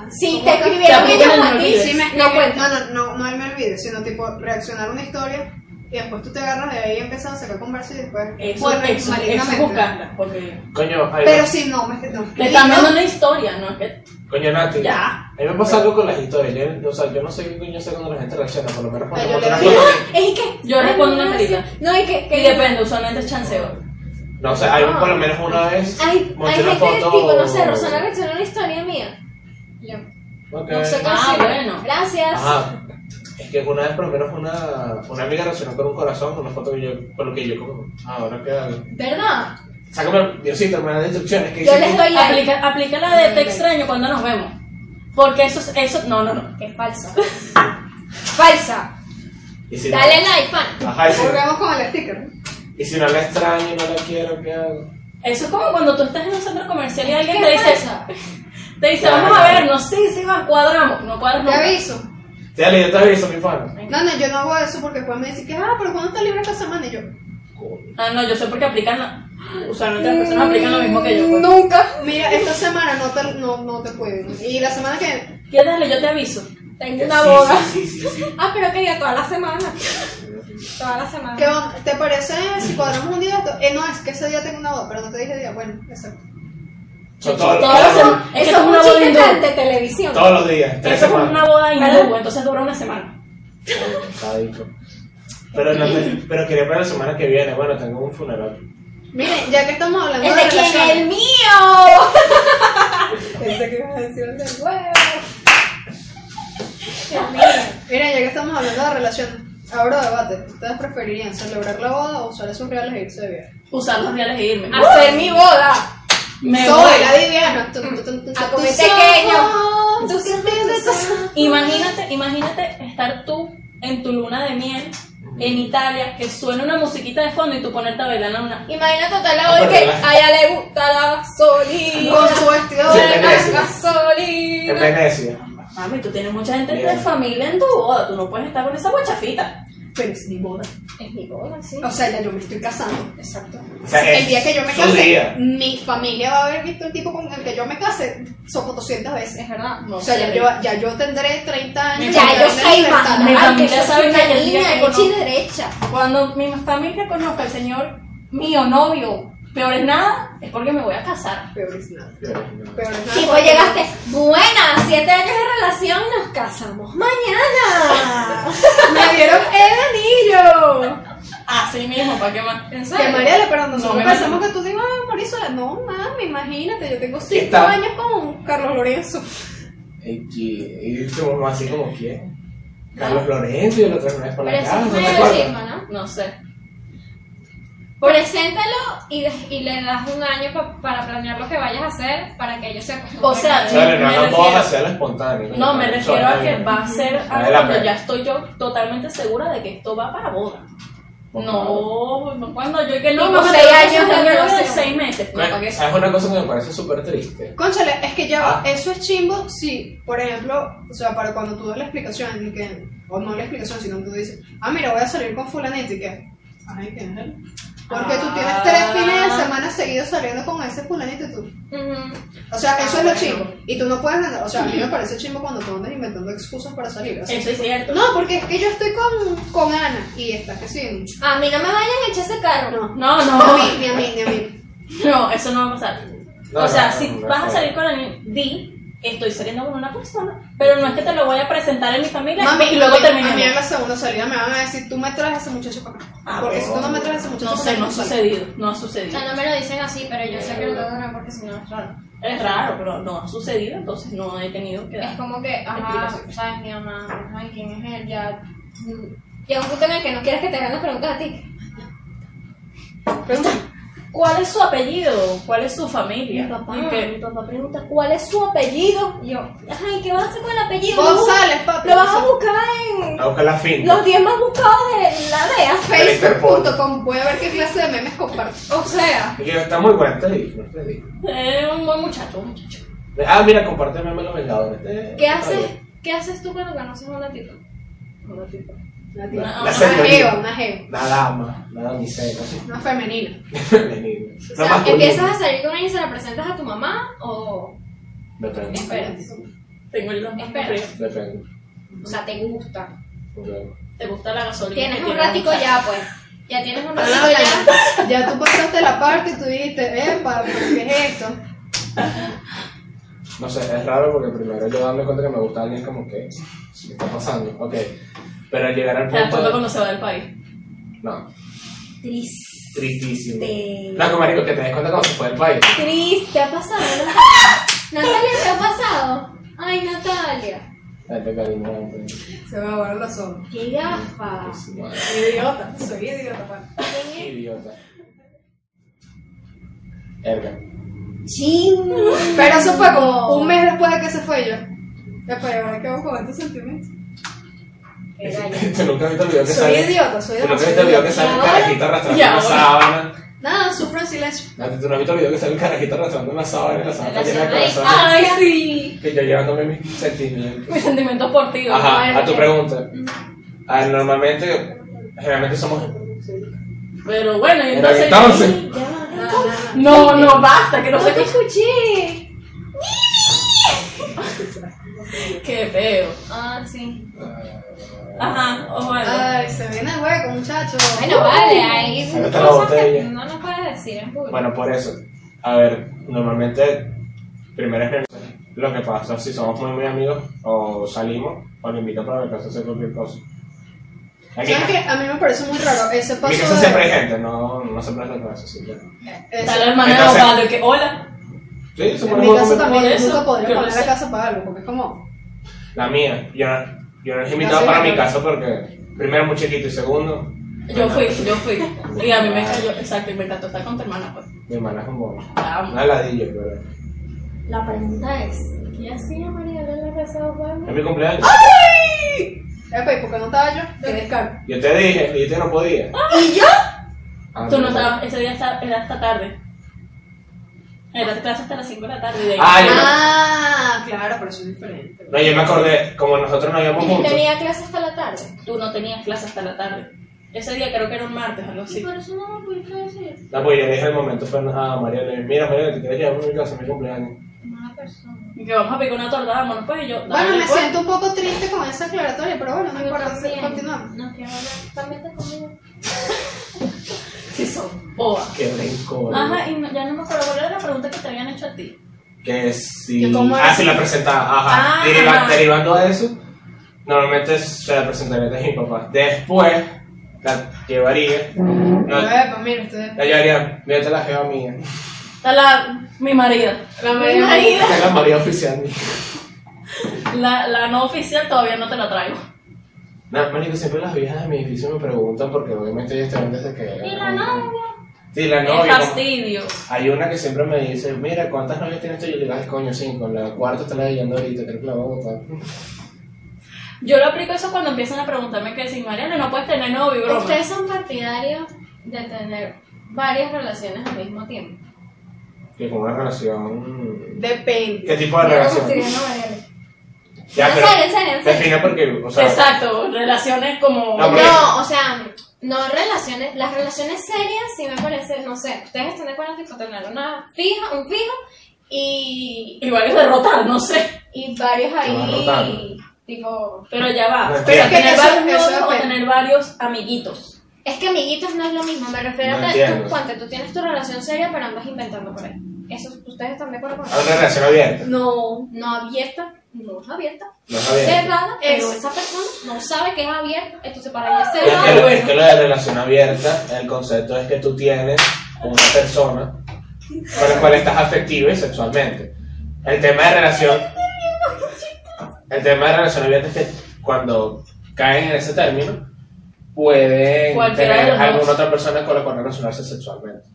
Speaker 3: Si
Speaker 2: Como
Speaker 3: te
Speaker 2: que-
Speaker 3: escribieron
Speaker 4: Te
Speaker 3: ellos
Speaker 4: aplican
Speaker 3: a
Speaker 4: el
Speaker 3: ti,
Speaker 4: olvido.
Speaker 2: Sí, me escriben,
Speaker 3: no pues, cuenta.
Speaker 2: no, pues, no, no, no él me olvide, sino tipo reaccionar una historia y después tú te agarras de ahí y empiezas a sacar conversa y después
Speaker 4: Eso,
Speaker 2: vuelves
Speaker 4: eso, eso es
Speaker 2: malignamente.
Speaker 4: buscarla, porque
Speaker 1: Coño, ahí
Speaker 2: Pero si no, me no.
Speaker 4: te están dando una historia, ¿no? Es que
Speaker 1: Coño, Nati.
Speaker 4: Ya.
Speaker 1: A mí me pasa algo con las historias. Yo, o sea, yo no sé qué coño sé cuando la gente reacciona, por lo menos cuando
Speaker 2: Ay, yo
Speaker 1: pongo una
Speaker 2: le-
Speaker 1: foto.
Speaker 3: Es que.
Speaker 4: Yo respondo una
Speaker 3: gracias.
Speaker 4: carita.
Speaker 3: No, es que. que
Speaker 4: Y depende, usualmente es chanceo.
Speaker 1: No sé, hay por lo menos una vez.
Speaker 3: Hay, hay
Speaker 1: monté
Speaker 3: gente
Speaker 1: una
Speaker 3: que,
Speaker 1: foto-
Speaker 3: tipo, no sé, Rosana reaccionó a una historia mía. Yo,
Speaker 1: Ok.
Speaker 3: No sé cómo
Speaker 4: Ah,
Speaker 3: decirlo.
Speaker 4: bueno.
Speaker 3: Gracias.
Speaker 1: Ajá. Es que una vez por lo menos una, una amiga reaccionó con un corazón, una foto que yo, por lo que yo como, "Ah, ahora qué hago.
Speaker 3: ¿Verdad?
Speaker 1: Sácame, Diosito, me da instrucciones. que
Speaker 3: Yo les doy like.
Speaker 4: Aplica, aplica la de te extraño cuando nos vemos. Porque eso es. Eso, no, no, no.
Speaker 3: Es falsa. falsa.
Speaker 1: Y si
Speaker 3: Dale like, fan.
Speaker 1: no, ajá, y si,
Speaker 2: Volvemos con el sticker.
Speaker 1: y si no la extraño, no la quiero, ¿qué hago?
Speaker 4: Eso es como cuando tú estás en un centro comercial y alguien te
Speaker 3: ¿Qué es
Speaker 4: dice.
Speaker 3: falsa?
Speaker 4: Te dice,
Speaker 1: Claro.
Speaker 4: vamos a vernos. Sí, sí, va, cuadramos. No
Speaker 2: Te
Speaker 4: cuadramos.
Speaker 2: aviso.
Speaker 1: Dale, yo te aviso, mi pana.
Speaker 2: No, no, yo no hago eso porque después me dicen que, ah, pero ¿cuándo estás libre esta semana? Y yo,
Speaker 4: Ah, no, yo sé porque aplican. la- Usualmente las personas
Speaker 2: Mm,
Speaker 4: aplican lo mismo que yo. pues.
Speaker 2: nunca. Mira, esta semana no te, no, no te puedo. Y la semana que.
Speaker 4: ¿Qué dale? Yo te aviso.
Speaker 3: Tengo una
Speaker 1: Sí,
Speaker 3: boda.
Speaker 1: Sí, sí, sí, sí.
Speaker 3: Ah, pero que diga toda la semana. Toda la semana.
Speaker 2: ¿qué onda? ¿Te parece si cuadramos un día? de esto? Eh, no, es que ese día tengo una boda, pero no te dije día. Bueno, exacto.
Speaker 1: Son todos,
Speaker 4: Todas las
Speaker 1: todos los-
Speaker 4: semanas. es que
Speaker 3: Eso es
Speaker 4: una
Speaker 3: un
Speaker 4: boda
Speaker 3: chiste
Speaker 4: hindú.
Speaker 3: de de televisión.
Speaker 1: todos los días, tres
Speaker 4: Eso es
Speaker 1: semanas.
Speaker 4: una boda
Speaker 3: ¿Verdad?
Speaker 4: hindú, entonces dura una semana.
Speaker 1: Coño, sádico. Pero, no te- pero quería para la semana que viene, bueno, tengo un funeral.
Speaker 2: Miren, ya que estamos hablando
Speaker 3: ¿El
Speaker 2: de
Speaker 3: de quién? ¡El
Speaker 2: relaciones.
Speaker 3: mío!
Speaker 2: Pensé que ibas a decir algo.
Speaker 3: ¡Huevo! El mío.
Speaker 2: Miren, ya que estamos hablando de relaciones, abro debate. ¿Ustedes preferirían celebrar la boda o usar esos reales e irse de viaje?
Speaker 4: Usar los reales e irme.
Speaker 3: ¡Hacer mi boda!
Speaker 4: Me
Speaker 2: Soy
Speaker 4: voy.
Speaker 2: la Viviana. Tú, tú, tú, tú,
Speaker 3: A
Speaker 2: tú
Speaker 3: comer
Speaker 2: sos-
Speaker 3: pequeño.
Speaker 2: tú siempre de tus-
Speaker 4: Imagínate, imagínate estar tú en tu luna de miel en Italia, que suena una musiquita de fondo y tú ponerte a bailar en una.
Speaker 3: Imagínate a tal lado de que
Speaker 1: Pero Ah, la-
Speaker 3: a ella le gusta la gasolina.
Speaker 2: Con su vestido
Speaker 1: Sí,
Speaker 2: de
Speaker 1: en
Speaker 3: La
Speaker 1: Venecia.
Speaker 3: gasolina.
Speaker 1: En Venecia.
Speaker 4: Mami, tú tienes mucha gente de
Speaker 1: Bien.
Speaker 4: familia en tu boda, tú no puedes estar con esa guachafita.
Speaker 2: Pero es mi boda.
Speaker 3: Es mi boda, sí.
Speaker 2: O sea, ya yo me estoy casando.
Speaker 3: Exacto.
Speaker 1: O sea,
Speaker 2: El
Speaker 1: es
Speaker 2: día que yo me
Speaker 1: su
Speaker 2: case,
Speaker 1: día.
Speaker 2: mi familia va a haber visto el tipo con el que yo me case son 200 veces.
Speaker 3: Es verdad.
Speaker 4: No
Speaker 2: O sea, ya
Speaker 4: sé.
Speaker 2: yo, ya yo tendré 30 años.
Speaker 4: Ya
Speaker 2: y voy
Speaker 4: yo
Speaker 2: a tener
Speaker 3: sé
Speaker 2: libertad.
Speaker 4: Mi
Speaker 3: Ay,
Speaker 4: familia
Speaker 3: que yo soy
Speaker 4: sabe que
Speaker 3: una
Speaker 4: el día
Speaker 3: niña
Speaker 4: que
Speaker 3: hecha y
Speaker 4: conozco-
Speaker 3: derecha.
Speaker 4: Cuando mi familia conozca al señor mío novio, peor es nada, es porque me voy a casar.
Speaker 2: Peor es nada. Peor es nada.
Speaker 3: Tipo,
Speaker 2: porque-
Speaker 3: llegaste, Ah, buena, siete años de relación, nos casamos mañana.
Speaker 2: Me dieron el anillo.
Speaker 4: Así mismo, ¿para qué más?
Speaker 3: ¿En
Speaker 2: Que
Speaker 3: serio?
Speaker 2: Mariela, pero nosotros
Speaker 4: No me
Speaker 2: pensamos que tú digas, ah, Marisola, no, mami, imagínate, yo tengo 5
Speaker 1: Está-
Speaker 2: años con Carlos Lorenzo.
Speaker 1: Y que- y tu mamá así como quién.
Speaker 4: Ah.
Speaker 1: Carlos Lorenzo y el otro vez por
Speaker 3: Pero
Speaker 1: la
Speaker 3: eso
Speaker 1: casa.
Speaker 3: es
Speaker 1: ¿no te
Speaker 3: medio
Speaker 1: acuerdas?
Speaker 3: chisma, ¿no?
Speaker 4: No sé.
Speaker 3: Preséntalo y, de- y le das un año pa- para planear lo que vayas a hacer para que ellos se acostumbren.
Speaker 4: O sea,
Speaker 1: O sea, que no
Speaker 4: Me
Speaker 1: hagan bodas
Speaker 4: refiero-
Speaker 1: así a lo espontáneo.
Speaker 4: No, me refiero a que va a ser algo
Speaker 1: la
Speaker 4: cuando
Speaker 1: pena.
Speaker 4: ya estoy yo totalmente segura de que esto va para boda. No, pues, no cuando yo que no,
Speaker 3: Tipo
Speaker 4: no
Speaker 3: seis
Speaker 4: tengo
Speaker 3: años
Speaker 4: que
Speaker 3: de
Speaker 4: hacer algo de
Speaker 3: relación.
Speaker 4: seis meses. pues, No, ¿para
Speaker 1: Bueno,
Speaker 4: qué?
Speaker 1: ¿Sabes una cosa que me parece súper triste?
Speaker 2: Conchale, es que ya, va,
Speaker 1: Ah.
Speaker 2: eso es chimbo si, por ejemplo, o sea, para cuando tú das la explicación, y que, o no la explicación, sino tú dices, ah, mira, voy a salir con fulanito y que, ay, ¿quién es él? Porque tú tienes tres
Speaker 4: Ah.
Speaker 2: fines de semana seguidos saliendo con ese fulanito y tú.
Speaker 3: Ujú.
Speaker 2: O sea, eso
Speaker 3: Ah,
Speaker 2: es lo
Speaker 3: bueno.
Speaker 2: chimbo. Y tú no puedes andar, o sea, a mí me parece chimbo cuando tú andas inventando excusas para salir. o sea,
Speaker 4: Eso es cierto.
Speaker 2: no, porque es que yo estoy con, con Ana y está que sí.
Speaker 3: A mí no me vayan a echar ese carro.
Speaker 2: No,
Speaker 4: No,
Speaker 2: Ni a
Speaker 4: no,
Speaker 2: mí, ni a mí, ni a mí.
Speaker 4: no, eso no va a pasar.
Speaker 1: No,
Speaker 4: o
Speaker 1: no,
Speaker 4: sea,
Speaker 1: no,
Speaker 4: si
Speaker 1: no, no,
Speaker 4: vas a
Speaker 1: no.
Speaker 4: salir con alguien, di, estoy saliendo con una persona, pero no es que te lo voy a presentar en mi familia
Speaker 2: Mami,
Speaker 4: y luego
Speaker 2: a mí- A mí en
Speaker 4: terminemos.
Speaker 2: la segunda salida me van a decir, tú me traes a ese muchacho para acá.
Speaker 4: Ah,
Speaker 2: porque
Speaker 1: bueno.
Speaker 2: si tú no me traes a ese muchacho
Speaker 4: No sé,
Speaker 2: para
Speaker 4: no
Speaker 2: acá,
Speaker 4: ha
Speaker 2: sales.
Speaker 4: sucedido, no ha
Speaker 3: O
Speaker 4: sucedido.
Speaker 3: sea, no me lo dicen así, pero yo sé que lo darán porque si no es raro.
Speaker 4: Es raro, pero no ha sucedido, entonces no he tenido que
Speaker 3: Es
Speaker 4: dar.
Speaker 3: como que, ajá,
Speaker 4: Explicación.
Speaker 3: sabes, mi mamá, ay, ¿quién es él? Ya. mm, Llega un punto en el que no quieres que te hagan las preguntas a ti.
Speaker 2: Pregunta.
Speaker 4: ¿Cuál es su apellido? ¿Cuál es su familia?
Speaker 3: Mi papá,
Speaker 4: Y que-
Speaker 3: mi papá pregunta, ¿cuál es su apellido? Y yo, ay, ¿qué vas a hacer con el apellido?
Speaker 2: González, papi.
Speaker 3: Lo vas a
Speaker 2: González.
Speaker 3: buscar en
Speaker 1: A buscar la fin.
Speaker 3: los 10 más buscados de la DEA.
Speaker 1: Del Interpol.
Speaker 2: Facebook.com. Voy a ver qué clase de memes comparto.
Speaker 3: O sea,
Speaker 1: Y que está muy buena, te digo, te digo.
Speaker 4: Es un buen muchacho, un muchacho.
Speaker 1: Ah, mira, compárteme los vengadores. Eh,
Speaker 3: ¿qué
Speaker 1: está
Speaker 3: haces,
Speaker 1: bien.
Speaker 3: ¿qué haces tú cuando conoces a una tipa?
Speaker 4: Una tipa.
Speaker 1: La,
Speaker 4: Ah,
Speaker 1: la
Speaker 4: ah,
Speaker 2: Una jeva,
Speaker 1: señorita.
Speaker 2: una jeva.
Speaker 1: La dama, la damisela. sí.
Speaker 2: Una femenina.
Speaker 1: Femenina.
Speaker 3: O
Speaker 1: La
Speaker 3: sea,
Speaker 1: masculina.
Speaker 3: ¿empiezas a salir con ella y se la presentas a tu mamá o
Speaker 1: Depende,
Speaker 3: esperas?
Speaker 4: Tengo el mismo
Speaker 3: Espera.
Speaker 4: frío.
Speaker 1: depende.
Speaker 3: O sea, te gusta.
Speaker 1: Ok.
Speaker 4: ¿Te gusta la gasolina?
Speaker 3: Tienes un
Speaker 4: Tienes
Speaker 3: ratico
Speaker 4: mucha-
Speaker 3: ya, pues. Ya tienes un ratico
Speaker 2: Ahora
Speaker 3: ya.
Speaker 2: Ah, ya, ya tú pasaste la parte y tú dijiste, epa, ¿pero ¿qué es esto?
Speaker 1: No sé, es raro porque primero yo dándome cuenta que me gusta alguien es como que ¿qué está pasando? Ok. Pero al llegar al
Speaker 4: Te das cuenta
Speaker 1: punto.
Speaker 4: cuando se va del país.
Speaker 1: No,
Speaker 3: Triste.
Speaker 1: tristísimo.
Speaker 3: Te-
Speaker 1: No, como marico, que te des cuenta cuando se fue del país.
Speaker 3: Cris, ¿te ha pasado? Natalia, ¿te ha pasado? Ay, Natalia.
Speaker 1: Este cariño, este-
Speaker 2: Se va a guardar los ojos.
Speaker 3: Qué gafa.
Speaker 1: es madre,
Speaker 2: Idiota, soy idiota, pues. pana.
Speaker 1: qué idiota. Erga.
Speaker 3: Ching.
Speaker 2: Pero eso fue como un mes después de que se fue yo. Después, pues, ahora quedo con estos sentimientos.
Speaker 3: Era yo.
Speaker 1: Tú nunca has visto el video que
Speaker 2: Soy
Speaker 1: sale.
Speaker 2: idiota, soy
Speaker 1: Tú nunca has visto el video que
Speaker 2: idiota.
Speaker 1: sale el
Speaker 3: ahora?
Speaker 1: carajito arrastrando
Speaker 4: Y
Speaker 1: una
Speaker 4: ahora.
Speaker 1: sábana.
Speaker 2: Nada, sufro en silencio.
Speaker 1: No, tú no has visto el video que sale el carajito arrastrando una sábana y la sábana está llena de corazones.
Speaker 4: ¡Ay, sí!
Speaker 1: Que yo llevándome mis sentimientos.
Speaker 4: Mis sentimientos por ti.
Speaker 1: Ajá,
Speaker 4: ¿verdad?
Speaker 1: a tu pregunta. A ver, normalmente, generalmente somos.
Speaker 4: Pero bueno, y
Speaker 1: Pero
Speaker 4: entonces.
Speaker 1: entonces.
Speaker 3: Ya.
Speaker 2: Nada, nada.
Speaker 4: No, no, basta, que no
Speaker 3: No
Speaker 4: sé
Speaker 3: te
Speaker 4: qué.
Speaker 3: escuché.
Speaker 4: Qué feo.
Speaker 3: Ah, sí.
Speaker 4: Ajá, o bueno.
Speaker 2: Ay, se viene el hueco, muchachos.
Speaker 3: Bueno, vale,
Speaker 2: Uh.
Speaker 3: hay
Speaker 1: Ahí está la
Speaker 3: cosas que
Speaker 1: botella.
Speaker 3: no nos puede decir en público.
Speaker 1: Bueno, por eso. A ver, normalmente, primero es lo que pasa si somos muy, muy amigos o salimos o lo invito para que casa a hacer cualquier cosa. Aquí,
Speaker 2: ¿Sabes qué? A mí me parece muy raro ese
Speaker 1: en mi
Speaker 2: paso
Speaker 1: casa
Speaker 2: de...
Speaker 1: siempre hay gente, no, no se plata con eso. Sí, ya.
Speaker 4: Está la
Speaker 2: Ese-
Speaker 4: hermana
Speaker 1: Entonces-
Speaker 4: de Osvaldo que, hola.
Speaker 1: sí se
Speaker 2: En
Speaker 1: pone
Speaker 2: mi
Speaker 1: muy
Speaker 2: casa
Speaker 1: conmigo.
Speaker 2: también,
Speaker 4: Por
Speaker 2: yo
Speaker 4: eso,
Speaker 2: nunca podría
Speaker 4: yo no
Speaker 2: poner la
Speaker 4: sé.
Speaker 2: casa para algo, porque es como...
Speaker 1: La mía. Yo, yo no los he
Speaker 2: No
Speaker 1: invitado
Speaker 2: sé,
Speaker 1: para
Speaker 2: no.
Speaker 1: mi casa porque, primero, muy chiquito y segundo.
Speaker 4: Yo
Speaker 1: bueno,
Speaker 4: fui, yo fui. Y a mí me cayó, exacto, y me encantó estar con tu hermana, pues.
Speaker 1: Mi hermana es como.
Speaker 4: La amo.
Speaker 1: Una ladilla, pero.
Speaker 3: La pregunta es, ¿qué hacía María en la casa de Osvaldo?
Speaker 1: Es mi cumpleaños.
Speaker 4: ¡Ah!
Speaker 2: Epa, ¿y por qué no estaba yo? Te descargo.
Speaker 1: Yo te dije, y yo te no podía.
Speaker 2: ¿Y yo?
Speaker 1: Ah,
Speaker 4: Tú no estabas, ese día esta- era hasta tarde. Era clase hasta las 5 de la tarde. y de ahí-
Speaker 1: Ah, yo me-
Speaker 2: Ah, claro, pero eso es diferente.
Speaker 1: no, yo me acordé, como nosotros nos íbamos juntos.
Speaker 3: Tenía clase hasta la tarde.
Speaker 4: Tú no tenías clase hasta la tarde. Ese día creo que era un martes, algo
Speaker 3: Y
Speaker 4: así.
Speaker 3: por eso no me pudiste decir.
Speaker 1: No, pues yo le dije al momento fue a María, le dije, mira María, te quieres llevar a mi casa, es mi cumpleaños.
Speaker 3: Mala persona.
Speaker 4: Y que vamos a picar una torta, vámonos pues, y yo...
Speaker 2: Bueno,
Speaker 4: dale,
Speaker 2: me
Speaker 4: pues.
Speaker 2: siento un poco triste con esa aclaratoria, pero bueno, no
Speaker 3: Yo
Speaker 2: importa,
Speaker 3: también.
Speaker 2: continuamos.
Speaker 3: No quiero hablar. También te conmigo.
Speaker 4: Sí, son boba.
Speaker 1: Qué rico.
Speaker 4: Ajá, y no- ya no me acuerdo cuál era la pregunta que te habían hecho a ti.
Speaker 1: Que si...
Speaker 2: Yo como
Speaker 1: Ah,
Speaker 2: es-
Speaker 1: si la presentaba, ajá.
Speaker 4: Ah.
Speaker 1: Deriva- derivando a eso, normalmente se la presentaría a mis papás. Después, la llevaría... No, la
Speaker 2: Epa, mira, ustedes...
Speaker 1: llevaría, mírate la jeva mía.
Speaker 4: Está la... mi marido.
Speaker 2: La
Speaker 4: Mi
Speaker 2: mayoría...
Speaker 4: marido.
Speaker 1: Esta es la María oficial.
Speaker 4: La, la no oficial todavía no te la traigo.
Speaker 1: No, marico, siempre las viejas de mi edificio me preguntan porque obviamente ellas están desde que...
Speaker 3: Y la novia.
Speaker 1: Sí, la
Speaker 4: Qué
Speaker 1: novia. como-
Speaker 4: fastidio.
Speaker 1: Hay una que siempre me dice, mira, ¿cuántas novias tienes tú? Y yo le digo, ay, coño, cinco. La cuarta está la de Yandor ahorita, creo que la voy a botar.
Speaker 4: Yo lo aplico eso cuando empiezan a preguntarme que si Mariana no puedes tener novio, broma.
Speaker 3: Ustedes son partidarios de tener varias relaciones al mismo tiempo.
Speaker 1: Que con una relación...
Speaker 2: Depende.
Speaker 1: ¿Qué tipo de relación?
Speaker 3: Yo no variables.
Speaker 1: Ya,
Speaker 3: En
Speaker 1: pero
Speaker 3: serio, en serio, en serio.
Speaker 1: Define porque, o sea...
Speaker 4: Exacto, relaciones como...
Speaker 1: No, pero-
Speaker 3: No, o sea, no relaciones, las relaciones serias sí me parece, no sé, ustedes están de acuerdo tipo tener una fija, un fijo y,
Speaker 4: Igual es derrotar, no sé.
Speaker 3: y varios
Speaker 1: van
Speaker 3: ahí,
Speaker 1: rotando.
Speaker 3: tipo,
Speaker 4: Pero ya va.
Speaker 1: Pero
Speaker 4: Pero
Speaker 1: es que
Speaker 4: tener
Speaker 2: eso-
Speaker 4: varios
Speaker 2: eso
Speaker 4: novios o
Speaker 2: depende.
Speaker 4: tener varios amiguitos.
Speaker 3: es que amiguitos no es lo mismo, me
Speaker 1: No
Speaker 3: refiero a que
Speaker 1: entiendo.
Speaker 3: tú, ponte, tú tienes tu relación seria pero andas inventando por ahí, eso, ustedes están de acuerdo con
Speaker 1: A
Speaker 3: eso,
Speaker 1: una relación abierta.
Speaker 2: No.
Speaker 3: no abierta, no es abierta,
Speaker 1: No es abierta.
Speaker 3: cerrada, pero
Speaker 2: Es-
Speaker 3: esa persona no sabe que es abierta, entonces para ella es
Speaker 1: Es
Speaker 3: cerrada,
Speaker 1: que, es que lo de relación abierta, el concepto es que tú tienes una persona con la cual estás afectiva y sexualmente. El tema de relación... El tema de relación abierta es que cuando caen en ese término, pueden
Speaker 4: Cualquiera de
Speaker 1: tener
Speaker 4: los dos.
Speaker 1: alguna otra persona con la cual relacionarse sexualmente.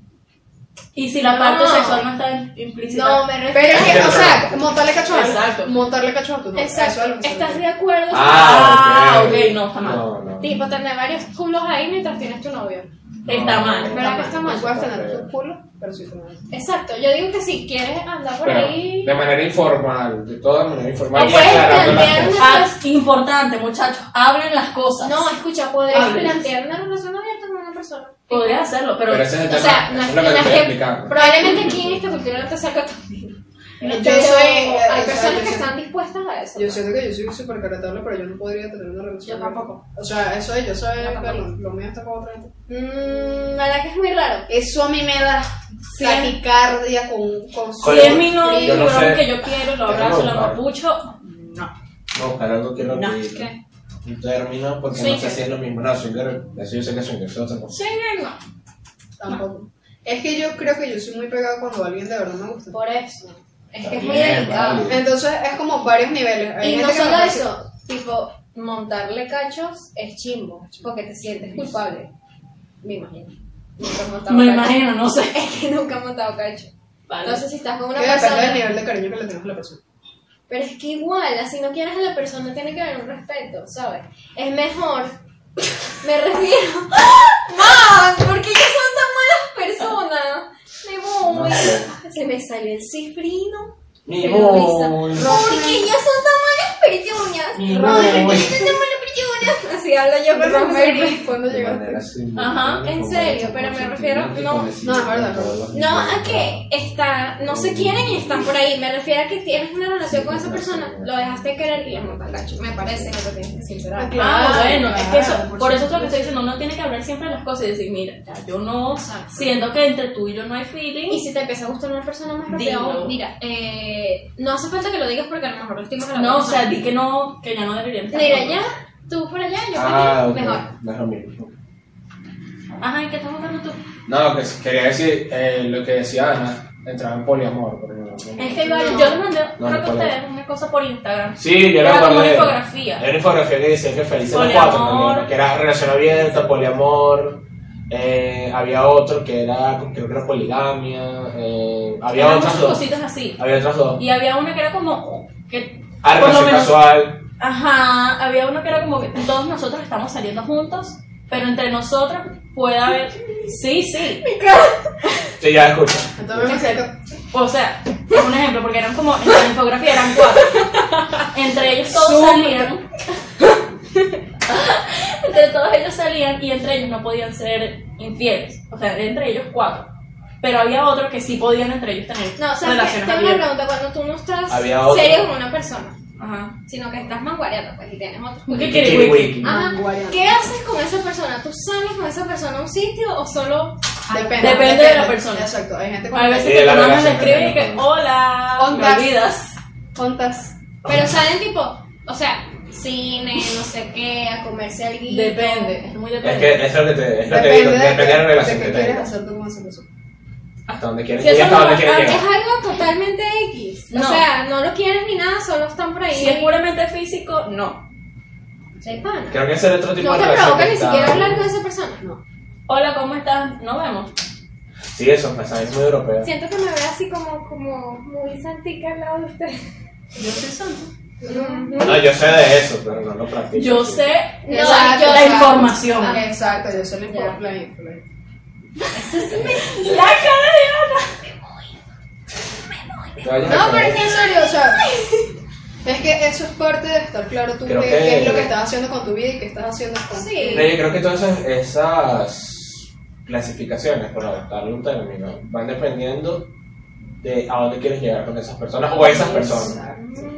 Speaker 4: Y si la
Speaker 3: No.
Speaker 4: parte sexual no está implícita.
Speaker 3: no, me
Speaker 2: Pero
Speaker 3: refiero,
Speaker 2: es que, o sea, montarle cacho a alguien.
Speaker 4: Exacto.
Speaker 2: Montarle cacho a tu novio. Eso es
Speaker 3: exacto,
Speaker 2: algo que se
Speaker 3: estás
Speaker 2: me-
Speaker 3: de acuerdo,
Speaker 4: Ah, ok, no, jamás.
Speaker 1: No, no.
Speaker 3: tipo tener varios culos ahí mientras tienes tu novio.
Speaker 4: Está mal.
Speaker 1: No.
Speaker 2: Pero que está mal.
Speaker 1: Eso
Speaker 2: Puedes
Speaker 1: está
Speaker 2: tener
Speaker 1: feo.
Speaker 2: tu culo, pero sí tu novio.
Speaker 3: Exacto, yo digo que si quieres andar por
Speaker 1: Pero
Speaker 3: ahí.
Speaker 1: de manera informal, de toda manera informal.
Speaker 3: No
Speaker 1: y
Speaker 3: puedes
Speaker 1: aclarando las
Speaker 3: plantear
Speaker 1: cosas.
Speaker 4: Ah, importante, muchachos, hablen las cosas.
Speaker 3: No, escucha, podrías
Speaker 4: Hables.
Speaker 3: plantear una relación abierta con una persona.
Speaker 4: podrías hacerlo, pero,
Speaker 1: Pero ese es el
Speaker 3: O
Speaker 1: tema.
Speaker 3: sea,
Speaker 1: eso
Speaker 3: no es,
Speaker 1: es lo que
Speaker 3: no
Speaker 1: te
Speaker 3: es
Speaker 1: estoy
Speaker 3: que-
Speaker 1: explicando.
Speaker 3: probablemente aquí en esta cultura no te salga tan bien.
Speaker 2: Yo eh,
Speaker 3: Pero
Speaker 2: soy-
Speaker 3: Hay
Speaker 2: exacto,
Speaker 3: personas que
Speaker 2: yo-
Speaker 3: están dispuestas a eso.
Speaker 2: Yo siento que yo soy súper caratable, pero yo no podría tener una relación.
Speaker 3: Yo tampoco.
Speaker 2: O sea, eso es, yo soy.
Speaker 3: Yo tampoco. Mm,
Speaker 2: bueno, lo mío está con otra gente.
Speaker 3: Mmm, la verdad que es muy raro.
Speaker 2: Eso a mí me da.
Speaker 4: Si es,
Speaker 2: taquicardia con, con
Speaker 4: si
Speaker 1: Oye,
Speaker 4: es mi novio,
Speaker 1: yo no
Speaker 4: el
Speaker 1: sé.
Speaker 4: varón que yo quiero, lo
Speaker 1: Yo
Speaker 4: abrazo,
Speaker 1: no,
Speaker 4: lo
Speaker 1: claro.
Speaker 4: mapucho, no.
Speaker 1: No, buscar algo que lo
Speaker 4: No,
Speaker 1: que-
Speaker 4: ¿qué?
Speaker 1: un término, porque no sé
Speaker 4: Swinger.
Speaker 1: si es lo mismo. No, swinger, eso yo sé que swinger es otra cosa.
Speaker 4: Sí, no.
Speaker 2: Tampoco. Es que yo creo que yo soy muy pegado cuando alguien de verdad me gusta.
Speaker 3: Por eso. Es que es
Speaker 1: Está
Speaker 3: muy
Speaker 1: bien,
Speaker 3: delicado.
Speaker 1: vale.
Speaker 2: Entonces es como varios niveles. Hay
Speaker 3: Y no
Speaker 2: gente que me
Speaker 3: solo
Speaker 2: parece-
Speaker 3: eso, tipo, montarle cachos es chimbo, porque te sientes culpable. Me imagino. Nunca he montado
Speaker 4: Me
Speaker 3: cacho.
Speaker 4: imagino, no sé.
Speaker 3: Es que nunca he montado cacho.
Speaker 4: Vale.
Speaker 3: Entonces, si estás con una
Speaker 2: que depende del
Speaker 3: persona.
Speaker 2: nivel de cariño que le tengas a la persona.
Speaker 3: Pero es que igual, así no quieres a la persona, tiene que haber un respeto, ¿sabes? Es mejor. Me refiero. ¡Ah! ¡Mam! ¿Por qué ya son tan malas personas? Me voy.
Speaker 1: No sé.
Speaker 3: Se me salió el cifrino.
Speaker 1: Mi
Speaker 3: Pero Luisa-
Speaker 1: boy.
Speaker 3: Porque ya son tan malas personas.
Speaker 1: Mi
Speaker 3: Ay,
Speaker 1: boy.
Speaker 3: ¿por qué son tan malas personas? Así hablo yo con
Speaker 2: Rosemary,
Speaker 3: Rosemary.
Speaker 2: cuando
Speaker 1: De
Speaker 2: llegaste.
Speaker 1: manera sin-
Speaker 4: Ajá,
Speaker 3: en
Speaker 1: con
Speaker 3: serio,
Speaker 1: mucho
Speaker 3: pero me
Speaker 1: consentimiento
Speaker 3: refiero-
Speaker 1: y
Speaker 3: no.
Speaker 1: con el-
Speaker 2: No, es verdad,
Speaker 1: con los
Speaker 3: No,
Speaker 1: niños.
Speaker 3: a que está, no se quieren y están por ahí. Me refiero a que tienes una relación con esa persona, lo dejaste querer y le montas cacho. Me parece que lo tienes que sincerar.
Speaker 4: Ah,
Speaker 2: Claro,
Speaker 4: bueno, es que eso,
Speaker 2: claro,
Speaker 4: por,
Speaker 2: por
Speaker 4: eso es
Speaker 2: supuesto.
Speaker 4: lo que estoy diciendo, uno tiene que hablar siempre de las cosas y decir, mira, ya yo no,
Speaker 3: Exacto.
Speaker 4: siento que entre tú y yo no hay feeling,
Speaker 3: Y si te empieza a gustar una persona más rápido,
Speaker 4: Dilo.
Speaker 3: aún, mira, eh, no hace falta que lo digas porque a lo mejor lo estimas a la
Speaker 4: no, o
Speaker 3: persona.
Speaker 4: sea, di que no, que ya no deberían estar
Speaker 3: Mira,
Speaker 4: juntos.
Speaker 3: ya, tú por allá, yo por
Speaker 1: Ah,
Speaker 3: aquí,
Speaker 1: ok.
Speaker 3: mejor.
Speaker 1: Mejor mismo.
Speaker 4: Ajá, ¿y qué estás buscando tú?
Speaker 1: No, que quería decir eh, lo que decía Ana, entrar en poliamor, pero no. no.
Speaker 4: Es que igual, yo les mandé,
Speaker 1: No,
Speaker 4: creo
Speaker 1: no
Speaker 4: que
Speaker 1: puedo.
Speaker 4: ustedes, una cosa por Instagram,
Speaker 1: Sí, yo
Speaker 4: Era
Speaker 1: lo
Speaker 4: como
Speaker 1: guardé.
Speaker 4: una infografía.
Speaker 1: Era una infografía que decía que felices los
Speaker 4: Poliamor.
Speaker 1: cuatro también, ¿no? que era relación abierta, poliamor. eh, había otro que era, creo que era poligamia. eh, había
Speaker 4: eran
Speaker 1: otras
Speaker 4: muchas
Speaker 1: dos.
Speaker 4: cositas así,
Speaker 1: Había otras dos.
Speaker 4: y había una que era como, que,
Speaker 1: Ah,
Speaker 4: por lo
Speaker 1: relación
Speaker 4: menos-
Speaker 1: casual.
Speaker 4: ajá, había una que era como que todos nosotros estamos saliendo juntos, pero entre nosotros puede haber, sí, sí,
Speaker 1: Sí, ya escucha.
Speaker 2: Entonces me siento-
Speaker 4: O sea, es un ejemplo, porque eran como, en la infografía eran cuatro. Entre ellos todos
Speaker 2: Súper.
Speaker 4: salían. entre todos ellos salían y entre ellos no podían ser infieles. O sea, entre ellos cuatro. Pero había otro que sí podían entre ellos tener
Speaker 3: No, o sea,
Speaker 4: relaciones
Speaker 3: te hago una
Speaker 4: abiertas.
Speaker 3: pregunta, cuando tú no estás
Speaker 1: Había otro.
Speaker 3: serio con una persona,
Speaker 4: Ajá.
Speaker 3: sino que estás manguareando, pues, y tienes otros
Speaker 4: ¿Qué
Speaker 1: Wiki,
Speaker 4: quieres, Ah,
Speaker 1: wiki.
Speaker 3: Ajá,
Speaker 2: Manguareando.
Speaker 3: ¿Qué haces con esa persona? ¿Tú sales con esa persona a un sitio o solo
Speaker 2: Depende,
Speaker 4: depende de la persona.
Speaker 2: Exacto, hay gente
Speaker 4: A
Speaker 2: con
Speaker 4: veces
Speaker 1: Sí,
Speaker 4: que tu
Speaker 1: la
Speaker 4: mamá le
Speaker 1: relación
Speaker 4: escribe y
Speaker 1: también,
Speaker 4: que,
Speaker 1: ¿no?
Speaker 4: hola, me
Speaker 2: Ondas.
Speaker 4: olvidas.
Speaker 2: juntas.
Speaker 3: Pero salen tipo, o sea, cine, no sé qué, a comerse algo.
Speaker 4: Depende, es muy
Speaker 1: Es que
Speaker 4: depende.
Speaker 1: es lo que te, es lo que digo,
Speaker 2: Depende de,
Speaker 1: depende de la
Speaker 2: qué-
Speaker 1: relación
Speaker 2: de
Speaker 1: que
Speaker 2: qué quieres
Speaker 1: tengas.
Speaker 2: hacer tú con esa persona.
Speaker 1: Hasta donde quieres
Speaker 4: Si
Speaker 1: ir y
Speaker 4: eso
Speaker 1: hasta
Speaker 4: no
Speaker 1: donde
Speaker 4: va-
Speaker 1: quieres
Speaker 4: ah,
Speaker 1: llegar.
Speaker 3: Es algo totalmente X. O
Speaker 4: No.
Speaker 3: sea, no lo quieren ni nada, solo están por ahí.
Speaker 4: Si es puramente físico, no.
Speaker 3: De pana.
Speaker 1: Creo que ese era otro tipo
Speaker 3: No
Speaker 1: de
Speaker 3: te
Speaker 1: relación.
Speaker 3: provoca
Speaker 1: que
Speaker 3: ni
Speaker 1: está-
Speaker 3: siquiera hablar con esa persona.
Speaker 2: No.
Speaker 4: Hola, ¿cómo estás? Nos vemos.
Speaker 1: Sí, eso, esa es muy europea.
Speaker 3: Siento que me veo así como, como muy santica al lado de usted.
Speaker 4: Yo soy santo.
Speaker 1: No, yo sé de eso, pero no lo practico.
Speaker 4: Yo
Speaker 1: sí.
Speaker 4: sé
Speaker 3: No,
Speaker 2: Exacto,
Speaker 3: yo-
Speaker 4: la
Speaker 2: exacto.
Speaker 4: información.
Speaker 2: Ah, Exacto, yo solo
Speaker 3: Ya.
Speaker 2: informo la información.
Speaker 4: La cara
Speaker 1: Te vayas a
Speaker 2: No, pero
Speaker 1: comer.
Speaker 2: es que en serio, o sea, es que eso es parte de estar claro tú qué,
Speaker 1: Creo que-
Speaker 2: qué es lo que estás haciendo con tu vida y qué estás haciendo con
Speaker 3: Sí.
Speaker 1: No, yo creo que todas esas, esas clasificaciones, por adoptar un término, van dependiendo de a dónde quieres llegar con esas personas o esas personas.
Speaker 2: Exacto.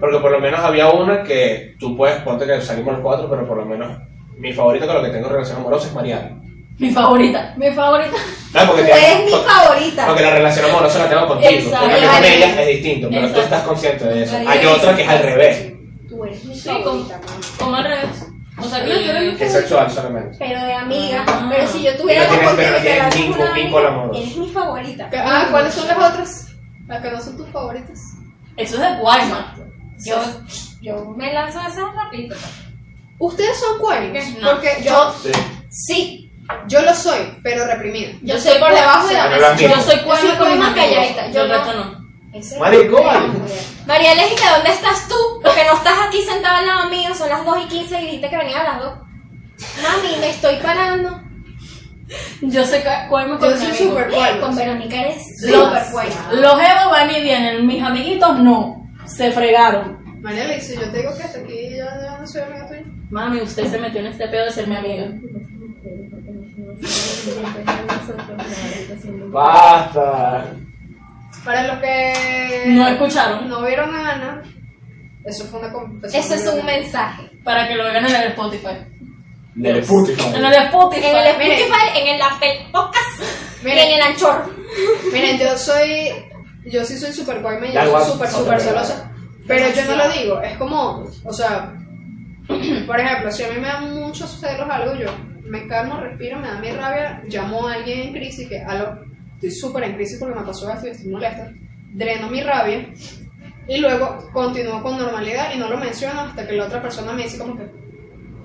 Speaker 1: Porque por lo menos había una que tú puedes, ponte que salimos los cuatro, pero por lo menos mi favorita con la que tengo relación amorosa es Mariana.
Speaker 4: Mi favorita, mi favorita.
Speaker 1: No, porque
Speaker 3: Tú
Speaker 1: te-
Speaker 3: eres mi
Speaker 1: porque-
Speaker 3: favorita.
Speaker 1: Porque la relación amorosa la tengo contigo.
Speaker 4: Exacto.
Speaker 1: porque con
Speaker 3: Vale.
Speaker 1: ella es distinto, pero tú
Speaker 4: Exacto.
Speaker 1: estás consciente de eso.
Speaker 3: Vale.
Speaker 1: Hay otra que es al revés,
Speaker 3: Tú eres mi
Speaker 4: Sí,
Speaker 3: favorita,
Speaker 4: con-
Speaker 3: mamá.
Speaker 4: Como al revés. O sea, que yo quiero mi
Speaker 1: que es sexual solamente.
Speaker 3: Pero de amiga.
Speaker 4: Ah.
Speaker 3: Pero si yo tuviera
Speaker 1: Y no
Speaker 3: la
Speaker 1: tienes- pero no
Speaker 3: oportunidad de
Speaker 1: tienes
Speaker 3: hablar con
Speaker 1: ningún
Speaker 3: una
Speaker 1: vínculo
Speaker 3: amiga,
Speaker 1: amoroso.
Speaker 3: Eres mi favorita.
Speaker 2: Ah, ¿cuáles son las otras? Las que no son tus favoritas.
Speaker 4: Eso es de Guayma.
Speaker 3: Yo, yo me lanzo a esas rapidito.
Speaker 2: Ustedes son cuernos,
Speaker 4: No.
Speaker 2: porque yo,
Speaker 1: Sí.
Speaker 2: sí, yo lo soy, pero reprimida.
Speaker 4: Yo soy por debajo de la
Speaker 1: Pero la
Speaker 4: mesa. Yo
Speaker 1: misma.
Speaker 4: soy
Speaker 3: Yo
Speaker 4: cuerda
Speaker 3: soy
Speaker 4: con mis
Speaker 3: cuerda
Speaker 4: amigos.
Speaker 3: calladita, yo
Speaker 4: Yo
Speaker 3: no.
Speaker 4: resto no.
Speaker 3: Ese-
Speaker 1: Maricón.
Speaker 3: María Elégica, ¿dónde estás tú? Porque no estás aquí sentada al lado mío, son las 2 y 15 y dijiste que venía a las 2. Mami, me estoy parando.
Speaker 4: Yo soy ca- cuerda
Speaker 2: Yo
Speaker 4: con mis
Speaker 2: soy
Speaker 4: amigos.
Speaker 2: súper
Speaker 3: Con
Speaker 2: cuernos.
Speaker 3: Verónica eres súper
Speaker 4: Los,
Speaker 3: buena.
Speaker 4: los evos van y vienen, mis amiguitos no. Se fregaron.
Speaker 2: Mariela, y si yo te digo que hasta aquí yo ya no soy amiga tuya.
Speaker 4: Mami, usted se metió en este pedo de ser mi amiga.
Speaker 1: Basta.
Speaker 2: Para los que
Speaker 4: No escucharon.
Speaker 2: no vieron a Ana, eso fue una confesión.
Speaker 3: Eso es un
Speaker 2: mensaje.
Speaker 3: mensaje.
Speaker 4: Para que lo vean en el Spotify.
Speaker 1: Del
Speaker 4: En el
Speaker 1: Spotify.
Speaker 4: Spotify.
Speaker 3: En el
Speaker 2: Miren.
Speaker 3: Spotify, en el Apple Podcast, y
Speaker 2: Miren.
Speaker 3: en el Anchor.
Speaker 2: Miren, yo soy. Yo sí soy super guay,
Speaker 1: Da
Speaker 2: yo
Speaker 1: igual,
Speaker 2: soy súper,
Speaker 1: otra
Speaker 2: súper
Speaker 1: vez.
Speaker 2: celosa. Pero yo no lo digo, es como. O sea. Por ejemplo, si a mí me dan muchos celos algo, yo me calmo, respiro, me da mi rabia, llamo a alguien en crisis, que aló, estoy súper en crisis porque me pasó esto y estoy molesta, dreno mi rabia y luego continúo con normalidad y no lo menciono hasta que la otra persona me dice como que,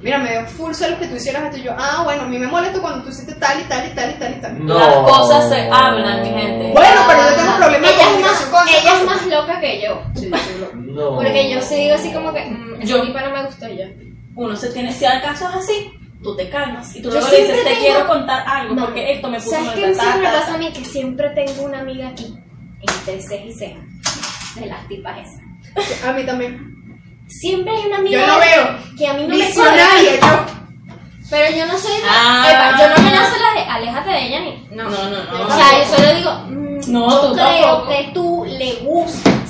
Speaker 2: mira, me dio full celos que tú hicieras esto y yo, ah, bueno, a mí me molesta cuando tú hiciste tal y tal y tal y tal y tal.
Speaker 4: Las cosas se hablan, mi gente.
Speaker 2: Bueno, pero yo tengo problemas
Speaker 3: ella
Speaker 2: con
Speaker 3: es más,
Speaker 2: eso, con eso,
Speaker 3: ella es
Speaker 2: con
Speaker 3: más loca que yo.
Speaker 2: Sí, sí, lo-
Speaker 1: No.
Speaker 3: Porque yo sí digo así como que, mm,
Speaker 4: Yo-
Speaker 3: yo mi pana me gustó ya.
Speaker 4: Uno se tiene, si al caso es así, tú te calmas y tú
Speaker 3: Yo
Speaker 4: luego le dices,
Speaker 3: siempre
Speaker 4: te
Speaker 3: tengo-
Speaker 4: quiero contar algo
Speaker 3: No.
Speaker 4: porque esto me puso
Speaker 3: ¿Sabes qué
Speaker 4: mal, ta,
Speaker 3: siempre me
Speaker 4: ta, ta,
Speaker 3: pasa a mí? Que siempre tengo una amiga aquí, entre ceja y ceja, de las tipas esas.
Speaker 2: A mí también.
Speaker 3: Siempre hay una amiga
Speaker 2: Yo lo
Speaker 3: que-
Speaker 2: veo.
Speaker 3: que a mí no me cuadra.
Speaker 2: Visionaria, yo.
Speaker 3: Pero yo no soy de.
Speaker 4: Ah.
Speaker 3: Epa, yo no me lanzo la de. Aléjate de ella ni. No,
Speaker 4: No, no, no.
Speaker 3: O sea, yo solo digo. mm,
Speaker 4: No,
Speaker 3: yo
Speaker 4: tú
Speaker 3: creo
Speaker 4: tampoco.
Speaker 3: que tú le gustas.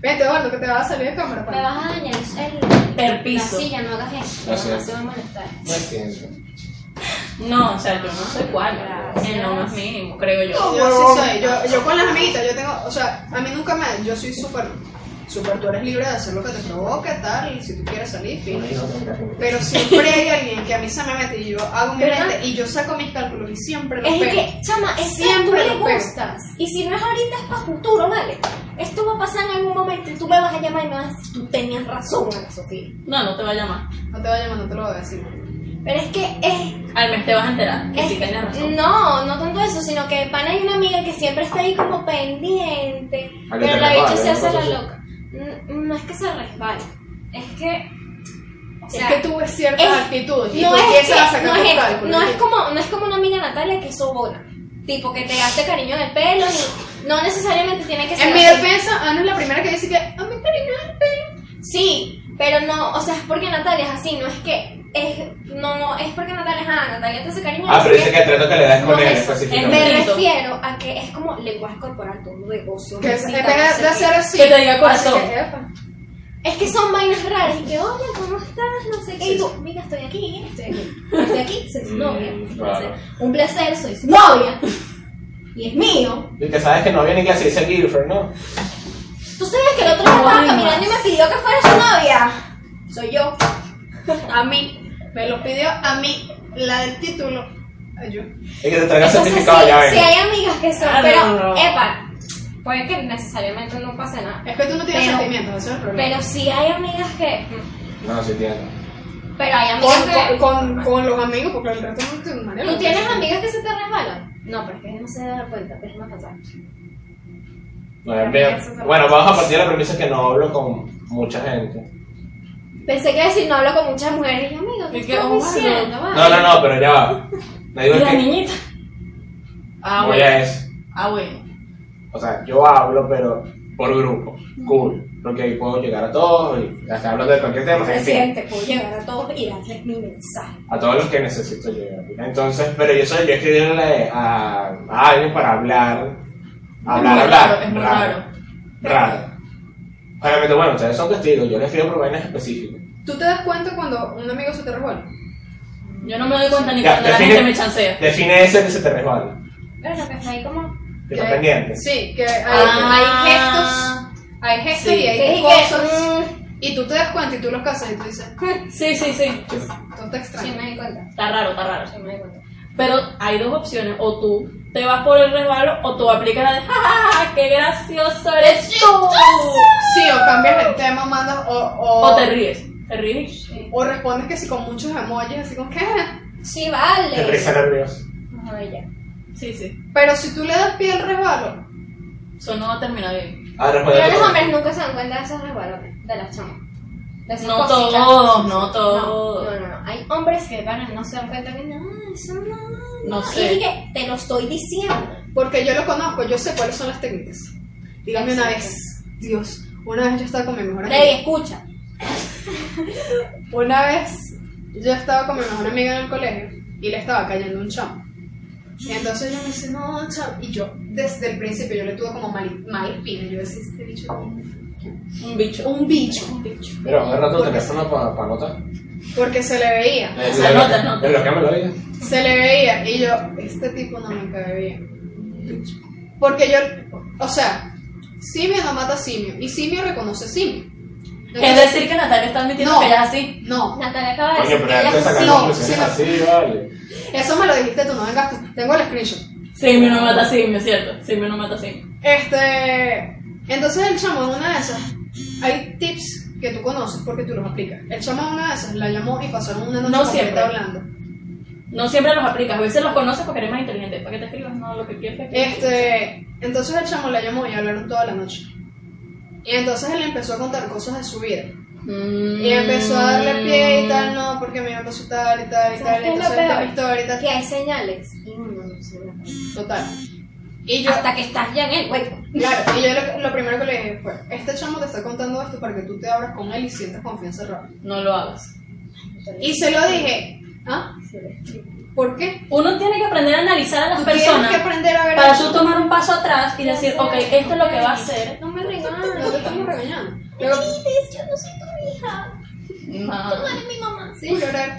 Speaker 2: Vete, Eduardo, que te vas a salir de cámara. pues.
Speaker 3: Me
Speaker 2: pana.
Speaker 3: vas a dañar el.
Speaker 4: Perpiso.
Speaker 3: La silla, no hagas eso.
Speaker 1: Gracias.
Speaker 3: No se va a molestar.
Speaker 1: No entiendo.
Speaker 4: No, o sea, yo no soy cuadra, en lo más mínimo, creo yo.
Speaker 2: Yo sí soy, yo, yo con las amiguitas, yo tengo, o sea, a mí nunca me, yo soy súper, súper, tú eres libre de hacer lo que te provoque, tal, y si tú quieres salir, fin. Pero siempre hay alguien que a mí se me mete y yo hago mi
Speaker 3: ¿Verdad?
Speaker 2: mente y yo saco mis cálculos y siempre los
Speaker 3: Es
Speaker 2: pego.
Speaker 3: que, chama, es que tú
Speaker 2: Siempre
Speaker 3: le
Speaker 2: lo pego.
Speaker 3: gustas. Y si no es ahorita, es para futuro, ¿vale? Esto va a pasar en algún momento y tú me vas a llamar y me vas a decir, tú tenías razón, Ana Sofía.
Speaker 4: No, no te va a llamar.
Speaker 2: No te va a llamar, no te lo voy a decir.
Speaker 3: Pero es que es.
Speaker 4: Al mes te vas a enterar que
Speaker 3: es
Speaker 4: sí tienes razón.
Speaker 3: No, no tanto eso, sino que pana hay una amiga que siempre está ahí como pendiente.
Speaker 1: A que
Speaker 3: Pero
Speaker 1: te
Speaker 3: la
Speaker 1: resbale,
Speaker 3: bicha se
Speaker 1: una
Speaker 3: hace
Speaker 1: cosa
Speaker 3: la
Speaker 1: así.
Speaker 3: loca. N- No es que se resbale, es que. O sea,
Speaker 2: es que tú ves ciertas
Speaker 3: es-
Speaker 2: actitudes y
Speaker 3: no
Speaker 2: tú
Speaker 3: es,
Speaker 2: empiezas
Speaker 3: que-
Speaker 2: a sacar
Speaker 3: no,
Speaker 2: tus
Speaker 3: es,
Speaker 2: cálculos.
Speaker 3: no es como no es como una amiga Natalia que es sobona tipo que te hace cariño en el pelo ni- no necesariamente tiene que ser
Speaker 2: En mi
Speaker 3: así.
Speaker 2: defensa, Ana es la primera que dice que a mí cariño el pelo.
Speaker 3: sí pero no o sea es porque Natalia es así no es que es no es porque Natalia es ah Natalia te hace cariño
Speaker 1: Ah,
Speaker 3: no sé
Speaker 1: pero dice
Speaker 3: qué.
Speaker 1: que el trato que le das
Speaker 3: No
Speaker 1: con él
Speaker 3: es eso.
Speaker 1: específicamente.
Speaker 3: me
Speaker 4: Distinto.
Speaker 3: refiero a que es como lenguaje corporal todo negocio
Speaker 2: Que es,
Speaker 3: música,
Speaker 2: en
Speaker 3: no
Speaker 2: vez
Speaker 3: sé
Speaker 2: de
Speaker 3: qué.
Speaker 2: hacer así.
Speaker 4: Que te diga
Speaker 2: hace
Speaker 4: corazón.
Speaker 2: que, "Epa".
Speaker 3: es que son vainas raras y que hola cómo estás no sé qué y tú mira estoy aquí estoy aquí estoy aquí soy su
Speaker 1: Mm,
Speaker 3: novia un placer.
Speaker 1: claro.
Speaker 3: un placer soy su novia y es mío
Speaker 1: Y que sabes que no viene que así ese Guilford, ¿no?
Speaker 3: ¿Tú sabías que el otro día estaba
Speaker 4: Ay,
Speaker 3: caminando y me pidió que fuera su novia? Soy yo. A mí.
Speaker 2: Me lo pidió a mí, la del título. Ay, yo.
Speaker 1: Y que te traiga
Speaker 3: Entonces, sí,
Speaker 1: certificado, ya
Speaker 3: sí
Speaker 1: ven.
Speaker 3: hay amigas que son,
Speaker 4: Ah, no,
Speaker 3: pero,
Speaker 4: no.
Speaker 3: epa, puede que necesariamente no pase nada.
Speaker 2: Es que tú no tienes
Speaker 3: Pero-
Speaker 2: sentimientos, eso es el problema.
Speaker 3: Pero sí hay amigas que...
Speaker 1: No, sí tiene.
Speaker 3: Pero hay amigas que...
Speaker 2: con, con, con, con los amigos, porque el resto no te maneja.
Speaker 3: ¿Tú tienes amigas que se te resbalan? No, pero es que no se da cuenta, déjame pasar.
Speaker 1: No, es bien. Bueno, vamos a partir de la premisa que no hablo con mucha gente.
Speaker 3: Pensé que iba a decir, no hablo con muchas mujeres. Y yo, amigo, ¿qué
Speaker 4: Es que,
Speaker 3: estás
Speaker 4: oh, bueno.
Speaker 3: diciendo? vale?
Speaker 1: No, no, no, pero ya va. No digo
Speaker 4: Y la
Speaker 1: que
Speaker 4: niñita. Ah,
Speaker 1: voy a
Speaker 4: bueno.
Speaker 1: eso.
Speaker 4: Ah, bueno.
Speaker 1: O sea, yo hablo, pero por grupos. Cool. Porque ahí puedo llegar a todos y hasta hablo de cualquier tema. en fin.
Speaker 3: Presidente, puedo llegar a todos y darles mi mensaje.
Speaker 1: a todos los que necesito llegar. Entonces, pero yo soy yo escribirle a, a alguien para hablar, hablar,
Speaker 4: muy
Speaker 1: hablar.
Speaker 4: raro, es muy raro.
Speaker 1: Raro. Obviamente, bueno, ustedes son testigos, yo les escribo por vainas específicas.
Speaker 2: ¿Tú te das cuenta cuando un amigo se te resbala?
Speaker 4: Yo no me doy cuenta ni
Speaker 1: Ya,
Speaker 4: cuando la gente me chancea.
Speaker 1: define ese que se te resbala,
Speaker 3: Pero lo que está ahí como...
Speaker 1: que está pendiente.
Speaker 2: Eh, Sí, que hay,
Speaker 4: Ah.
Speaker 2: hay gestos, hay gestos
Speaker 4: Sí,
Speaker 2: y
Speaker 3: que
Speaker 2: hay
Speaker 3: dije,
Speaker 2: cosas. Y tú te das cuenta y tú los casas y tú dices,
Speaker 4: Sí, sí, sí.
Speaker 2: tú te
Speaker 3: Sí,
Speaker 2: extrañas.
Speaker 3: me di cuenta.
Speaker 4: Está raro, está raro.
Speaker 3: Sí, me di cuenta.
Speaker 4: Pero hay dos opciones, o tú te vas por el resbalo o tú aplicas la de ¡Ja, ja, ja! qué gracioso eres tú!
Speaker 2: Sí, o cambias el tema, mandas, o, o,
Speaker 4: O te ríes, te ríes.
Speaker 2: o respondes que sí con muchos emojis, así como, "Hm". ¿qué?
Speaker 3: Sí,
Speaker 1: Te
Speaker 3: vale.
Speaker 1: risa nerviosa.
Speaker 3: Ay, ya.
Speaker 4: Sí, sí.
Speaker 2: Pero si tú le das pie al resbalo,
Speaker 4: Eso no va a terminar bien.
Speaker 1: Ah, responde
Speaker 3: Pero
Speaker 1: tú.
Speaker 3: los hombres nunca se dan cuenta de esos resbalones de las chamas. De esas
Speaker 4: No
Speaker 3: cositas.
Speaker 4: todos, no
Speaker 3: No,
Speaker 4: todos.
Speaker 3: no, no. Hay hombres que van y no se dan cuenta que no, eso no.
Speaker 4: No sé.
Speaker 3: Y dije, te lo estoy diciendo.
Speaker 2: porque yo lo conozco, yo sé cuáles son las técnicas. Dígame una vez, Dios, una vez yo estaba con mi mejor amiga.
Speaker 3: Te escucha.
Speaker 2: Una vez yo estaba con mi mejor amiga en el colegio y le estaba cayendo un chamo. Y entonces ella me dice, no, chamo. Y yo, desde el principio, yo le tuve como mal, mal espina. Yo decía, este bicho es
Speaker 4: Un bicho.
Speaker 2: un bicho, un bicho.
Speaker 1: Pero agarra tu
Speaker 2: Porque-
Speaker 1: teléfono para anotar.
Speaker 2: Porque se le veía,
Speaker 4: sea, anota, anota.
Speaker 1: Es lo que me lo dije.
Speaker 2: se le veía. Y yo, este tipo no me cae bien. Porque yo, o sea, simio no mata simio y simio reconoce simio.
Speaker 4: Es decir, que Natalia está admitiendo
Speaker 2: No.
Speaker 4: que ella es así.
Speaker 2: No,
Speaker 3: Natalia acaba de
Speaker 1: Coño,
Speaker 3: decir
Speaker 1: pero
Speaker 3: que ella
Speaker 1: hay que
Speaker 3: es
Speaker 1: sacar
Speaker 2: sí,
Speaker 3: así.
Speaker 1: conclusiones
Speaker 2: sí.
Speaker 1: así, Ah, vale.
Speaker 2: eso me lo dijiste tú, no vengas tú. Tengo el screenshot.
Speaker 4: Simio no mata simio, ¿cierto? Simio no mata simio.
Speaker 2: Este, entonces el chamo en una de esas, hay tips que tú conoces porque tú los aplicas. El chamo en una de esas la llamó y pasaron una noche
Speaker 4: No
Speaker 2: completa
Speaker 4: siempre.
Speaker 2: hablando.
Speaker 4: No siempre los aplicas, a veces los conoces porque eres más inteligente. Para que te escribas no lo que quieres. que-
Speaker 2: Este, entonces el chamo la llamó y hablaron toda la noche. Y entonces él empezó a contar cosas de su vida.
Speaker 4: Mm,
Speaker 2: Y empezó a darle pie y tal, no, porque me pasó tal y tal y
Speaker 3: ¿Sabes
Speaker 2: tal,
Speaker 3: qué es lo
Speaker 2: entonces esta
Speaker 3: peor?
Speaker 2: historia y
Speaker 3: Que
Speaker 2: tal.
Speaker 3: hay señales y uno no se da cuenta.
Speaker 2: Total. Y yo,
Speaker 3: Hasta que estás ya en el hueco.
Speaker 2: claro, y yo lo, lo primero que le dije fue, este chamo te está contando esto para que tú te abras con él y sientas confianza rápido.
Speaker 4: No lo hagas.
Speaker 2: Y se lo dije, ¿ah?
Speaker 3: Se lo explico.
Speaker 2: ¿Por qué?
Speaker 4: Uno tiene que aprender a analizar a las
Speaker 2: Tú
Speaker 4: personas
Speaker 2: tienes que aprender a ver
Speaker 4: para
Speaker 2: el
Speaker 4: tú
Speaker 2: chamo.
Speaker 4: tomar un paso atrás y decir, ok, esto es lo que va a hacer.
Speaker 3: No me
Speaker 2: No te estamos
Speaker 3: regañes.
Speaker 2: regañando. Luego,
Speaker 3: Yo no soy tu hija.
Speaker 4: No.
Speaker 3: Tú eres mi mamá.
Speaker 2: Sí, llorar.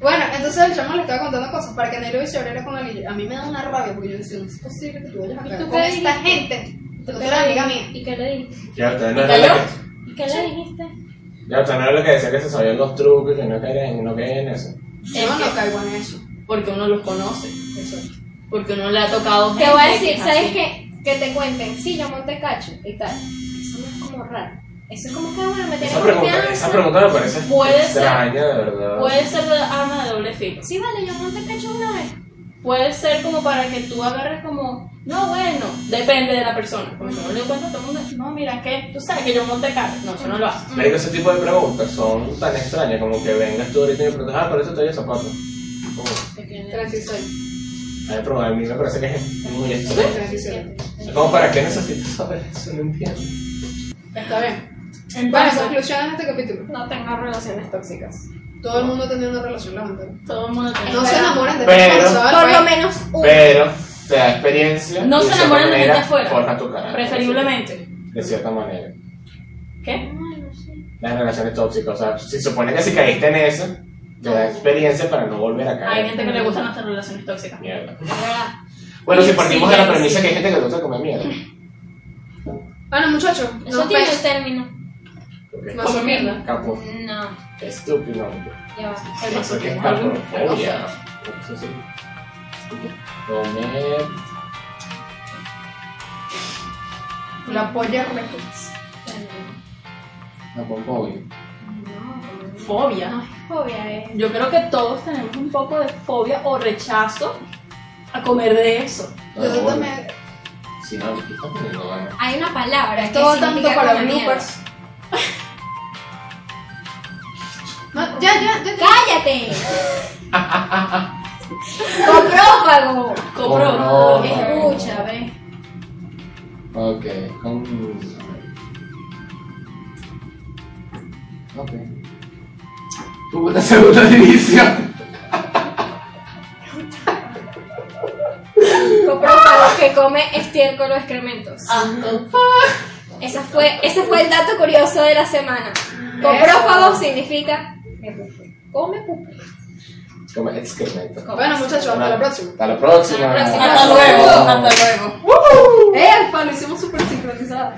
Speaker 2: Bueno, entonces el chamo le estaba contando cosas para que Nero se abriera con él. y yo- A mí me da una rabia porque yo decía, no es posible que tú vayas a
Speaker 3: ¿Y
Speaker 2: caer
Speaker 3: tú
Speaker 2: con
Speaker 3: qué
Speaker 2: esta
Speaker 3: dijiste?
Speaker 2: gente. Tú eres amiga mía.
Speaker 3: ¿Y qué le dijiste?
Speaker 1: Ya usted no
Speaker 4: ¿Y
Speaker 1: era
Speaker 4: cayó?
Speaker 1: la que,
Speaker 3: ¿Y qué le dijiste?
Speaker 1: ya usted no era la que decía que se sabían los trucos y que no caían no caía en eso.
Speaker 4: Es
Speaker 2: Yo no
Speaker 4: que-
Speaker 2: caigo en eso.
Speaker 4: Porque uno los conoce.
Speaker 2: Exacto.
Speaker 4: Porque uno le ha tocado gente.
Speaker 3: Te voy a
Speaker 4: que
Speaker 3: decir,
Speaker 4: es
Speaker 3: ¿sabes
Speaker 4: así.
Speaker 3: qué? Que te cuenten, sí, yo monté cacho y tal. Eso no es como raro. Eso es como que, bueno, me tienes
Speaker 1: Esa pregunta,
Speaker 3: confianza.
Speaker 1: esa pregunta me parece
Speaker 4: Puede ser.
Speaker 1: extraña, de verdad.
Speaker 4: Puede ser de arma de doble filo.
Speaker 3: Sí, vale, yo monté cacho una vez.
Speaker 4: Puede ser como para que tú agarres como, no, bueno, depende de la persona. Porque no le cuento a todo el mundo, no, mira, que tú sabes que yo monté carro. No, eso no lo hace.
Speaker 1: Marico, ese tipo de preguntas son tan extrañas como que vengas tú ahorita y me preguntas, ah, pero eso te dio zapatos. Como,
Speaker 2: 36.
Speaker 1: ay, pero a mí me parece que es muy extraño.
Speaker 2: 37.
Speaker 1: Es como, ¿para qué necesitas saber eso? No entiendo.
Speaker 2: Está bien. Bueno,
Speaker 4: Entonces,
Speaker 2: conclusión en este capítulo.
Speaker 3: No tengo relaciones tóxicas.
Speaker 2: Todo el mundo ha tenido una relación lamentable.
Speaker 4: todo el mundo tiene.
Speaker 2: No se enamoren de
Speaker 1: Pero-
Speaker 2: este personal,
Speaker 3: Por
Speaker 2: pues.
Speaker 3: lo menos una.
Speaker 1: Pero te da experiencia.
Speaker 4: No
Speaker 1: y
Speaker 4: se
Speaker 1: de cierta
Speaker 4: enamoren de gente
Speaker 1: manera
Speaker 4: afuera.
Speaker 1: Forja tu carácter.
Speaker 4: Preferiblemente.
Speaker 1: De cierta manera.
Speaker 4: ¿Qué?
Speaker 3: Ay, no sé.
Speaker 1: Las relaciones tóxicas, o sea, si supone que si caíste en eso, te da experiencia para no volver a
Speaker 4: Hay
Speaker 1: caer.
Speaker 4: gente que le gustan las relaciones tóxicas.
Speaker 1: Mierda.
Speaker 3: ¿Verdad?
Speaker 1: Bueno, si
Speaker 4: Sí,
Speaker 1: partimos
Speaker 4: sí,
Speaker 1: de la
Speaker 4: sí.
Speaker 1: premisa que hay gente que le gusta comer mierda.
Speaker 2: Bueno, muchachos,
Speaker 3: Eso
Speaker 2: nos
Speaker 3: tiene un
Speaker 2: vemos.
Speaker 3: término.
Speaker 1: Ok.
Speaker 2: Más
Speaker 4: Como
Speaker 2: o
Speaker 4: mierda.
Speaker 2: menos.
Speaker 1: Capo.
Speaker 3: No,
Speaker 1: Estúpido. hombre.
Speaker 3: ya va.
Speaker 4: El
Speaker 1: Eso que es
Speaker 4: masoquismo.
Speaker 1: caporfobia. Eso sí. Comer.
Speaker 2: La polla reflex.
Speaker 1: Capofobia.
Speaker 3: No,
Speaker 4: Fobia.
Speaker 3: no es fobia, eh. es.
Speaker 4: Yo creo que todos tenemos un poco de fobia o rechazo a comer de eso.
Speaker 2: Yo también.
Speaker 1: Si no, ¿qué estás poniendo ganas?
Speaker 3: Hay una palabra que
Speaker 2: Todo
Speaker 3: significa
Speaker 2: tanto para
Speaker 3: comer mierda.
Speaker 2: bloopers. No, ya, ya, ya.
Speaker 3: ¡Cállate! ¡Coprófago!
Speaker 4: Compro.
Speaker 1: Compro.
Speaker 3: Escucha, ve.
Speaker 1: Ok, con... Ok. Tuvo una segunda división.
Speaker 3: Coprófago que come estiércol o excrementos.
Speaker 4: Asco.
Speaker 3: Esa fue, ese fue el dato curioso de la semana. Coprófago significa. Come pupú.
Speaker 1: Como excremento.
Speaker 2: Bueno, muchachos, hasta la próxima.
Speaker 1: Hasta la próxima.
Speaker 3: Hasta la próxima.
Speaker 4: Hasta luego. Hasta luego.
Speaker 2: ¡Eh, Alfa! Lo hicimos súper sincronizado.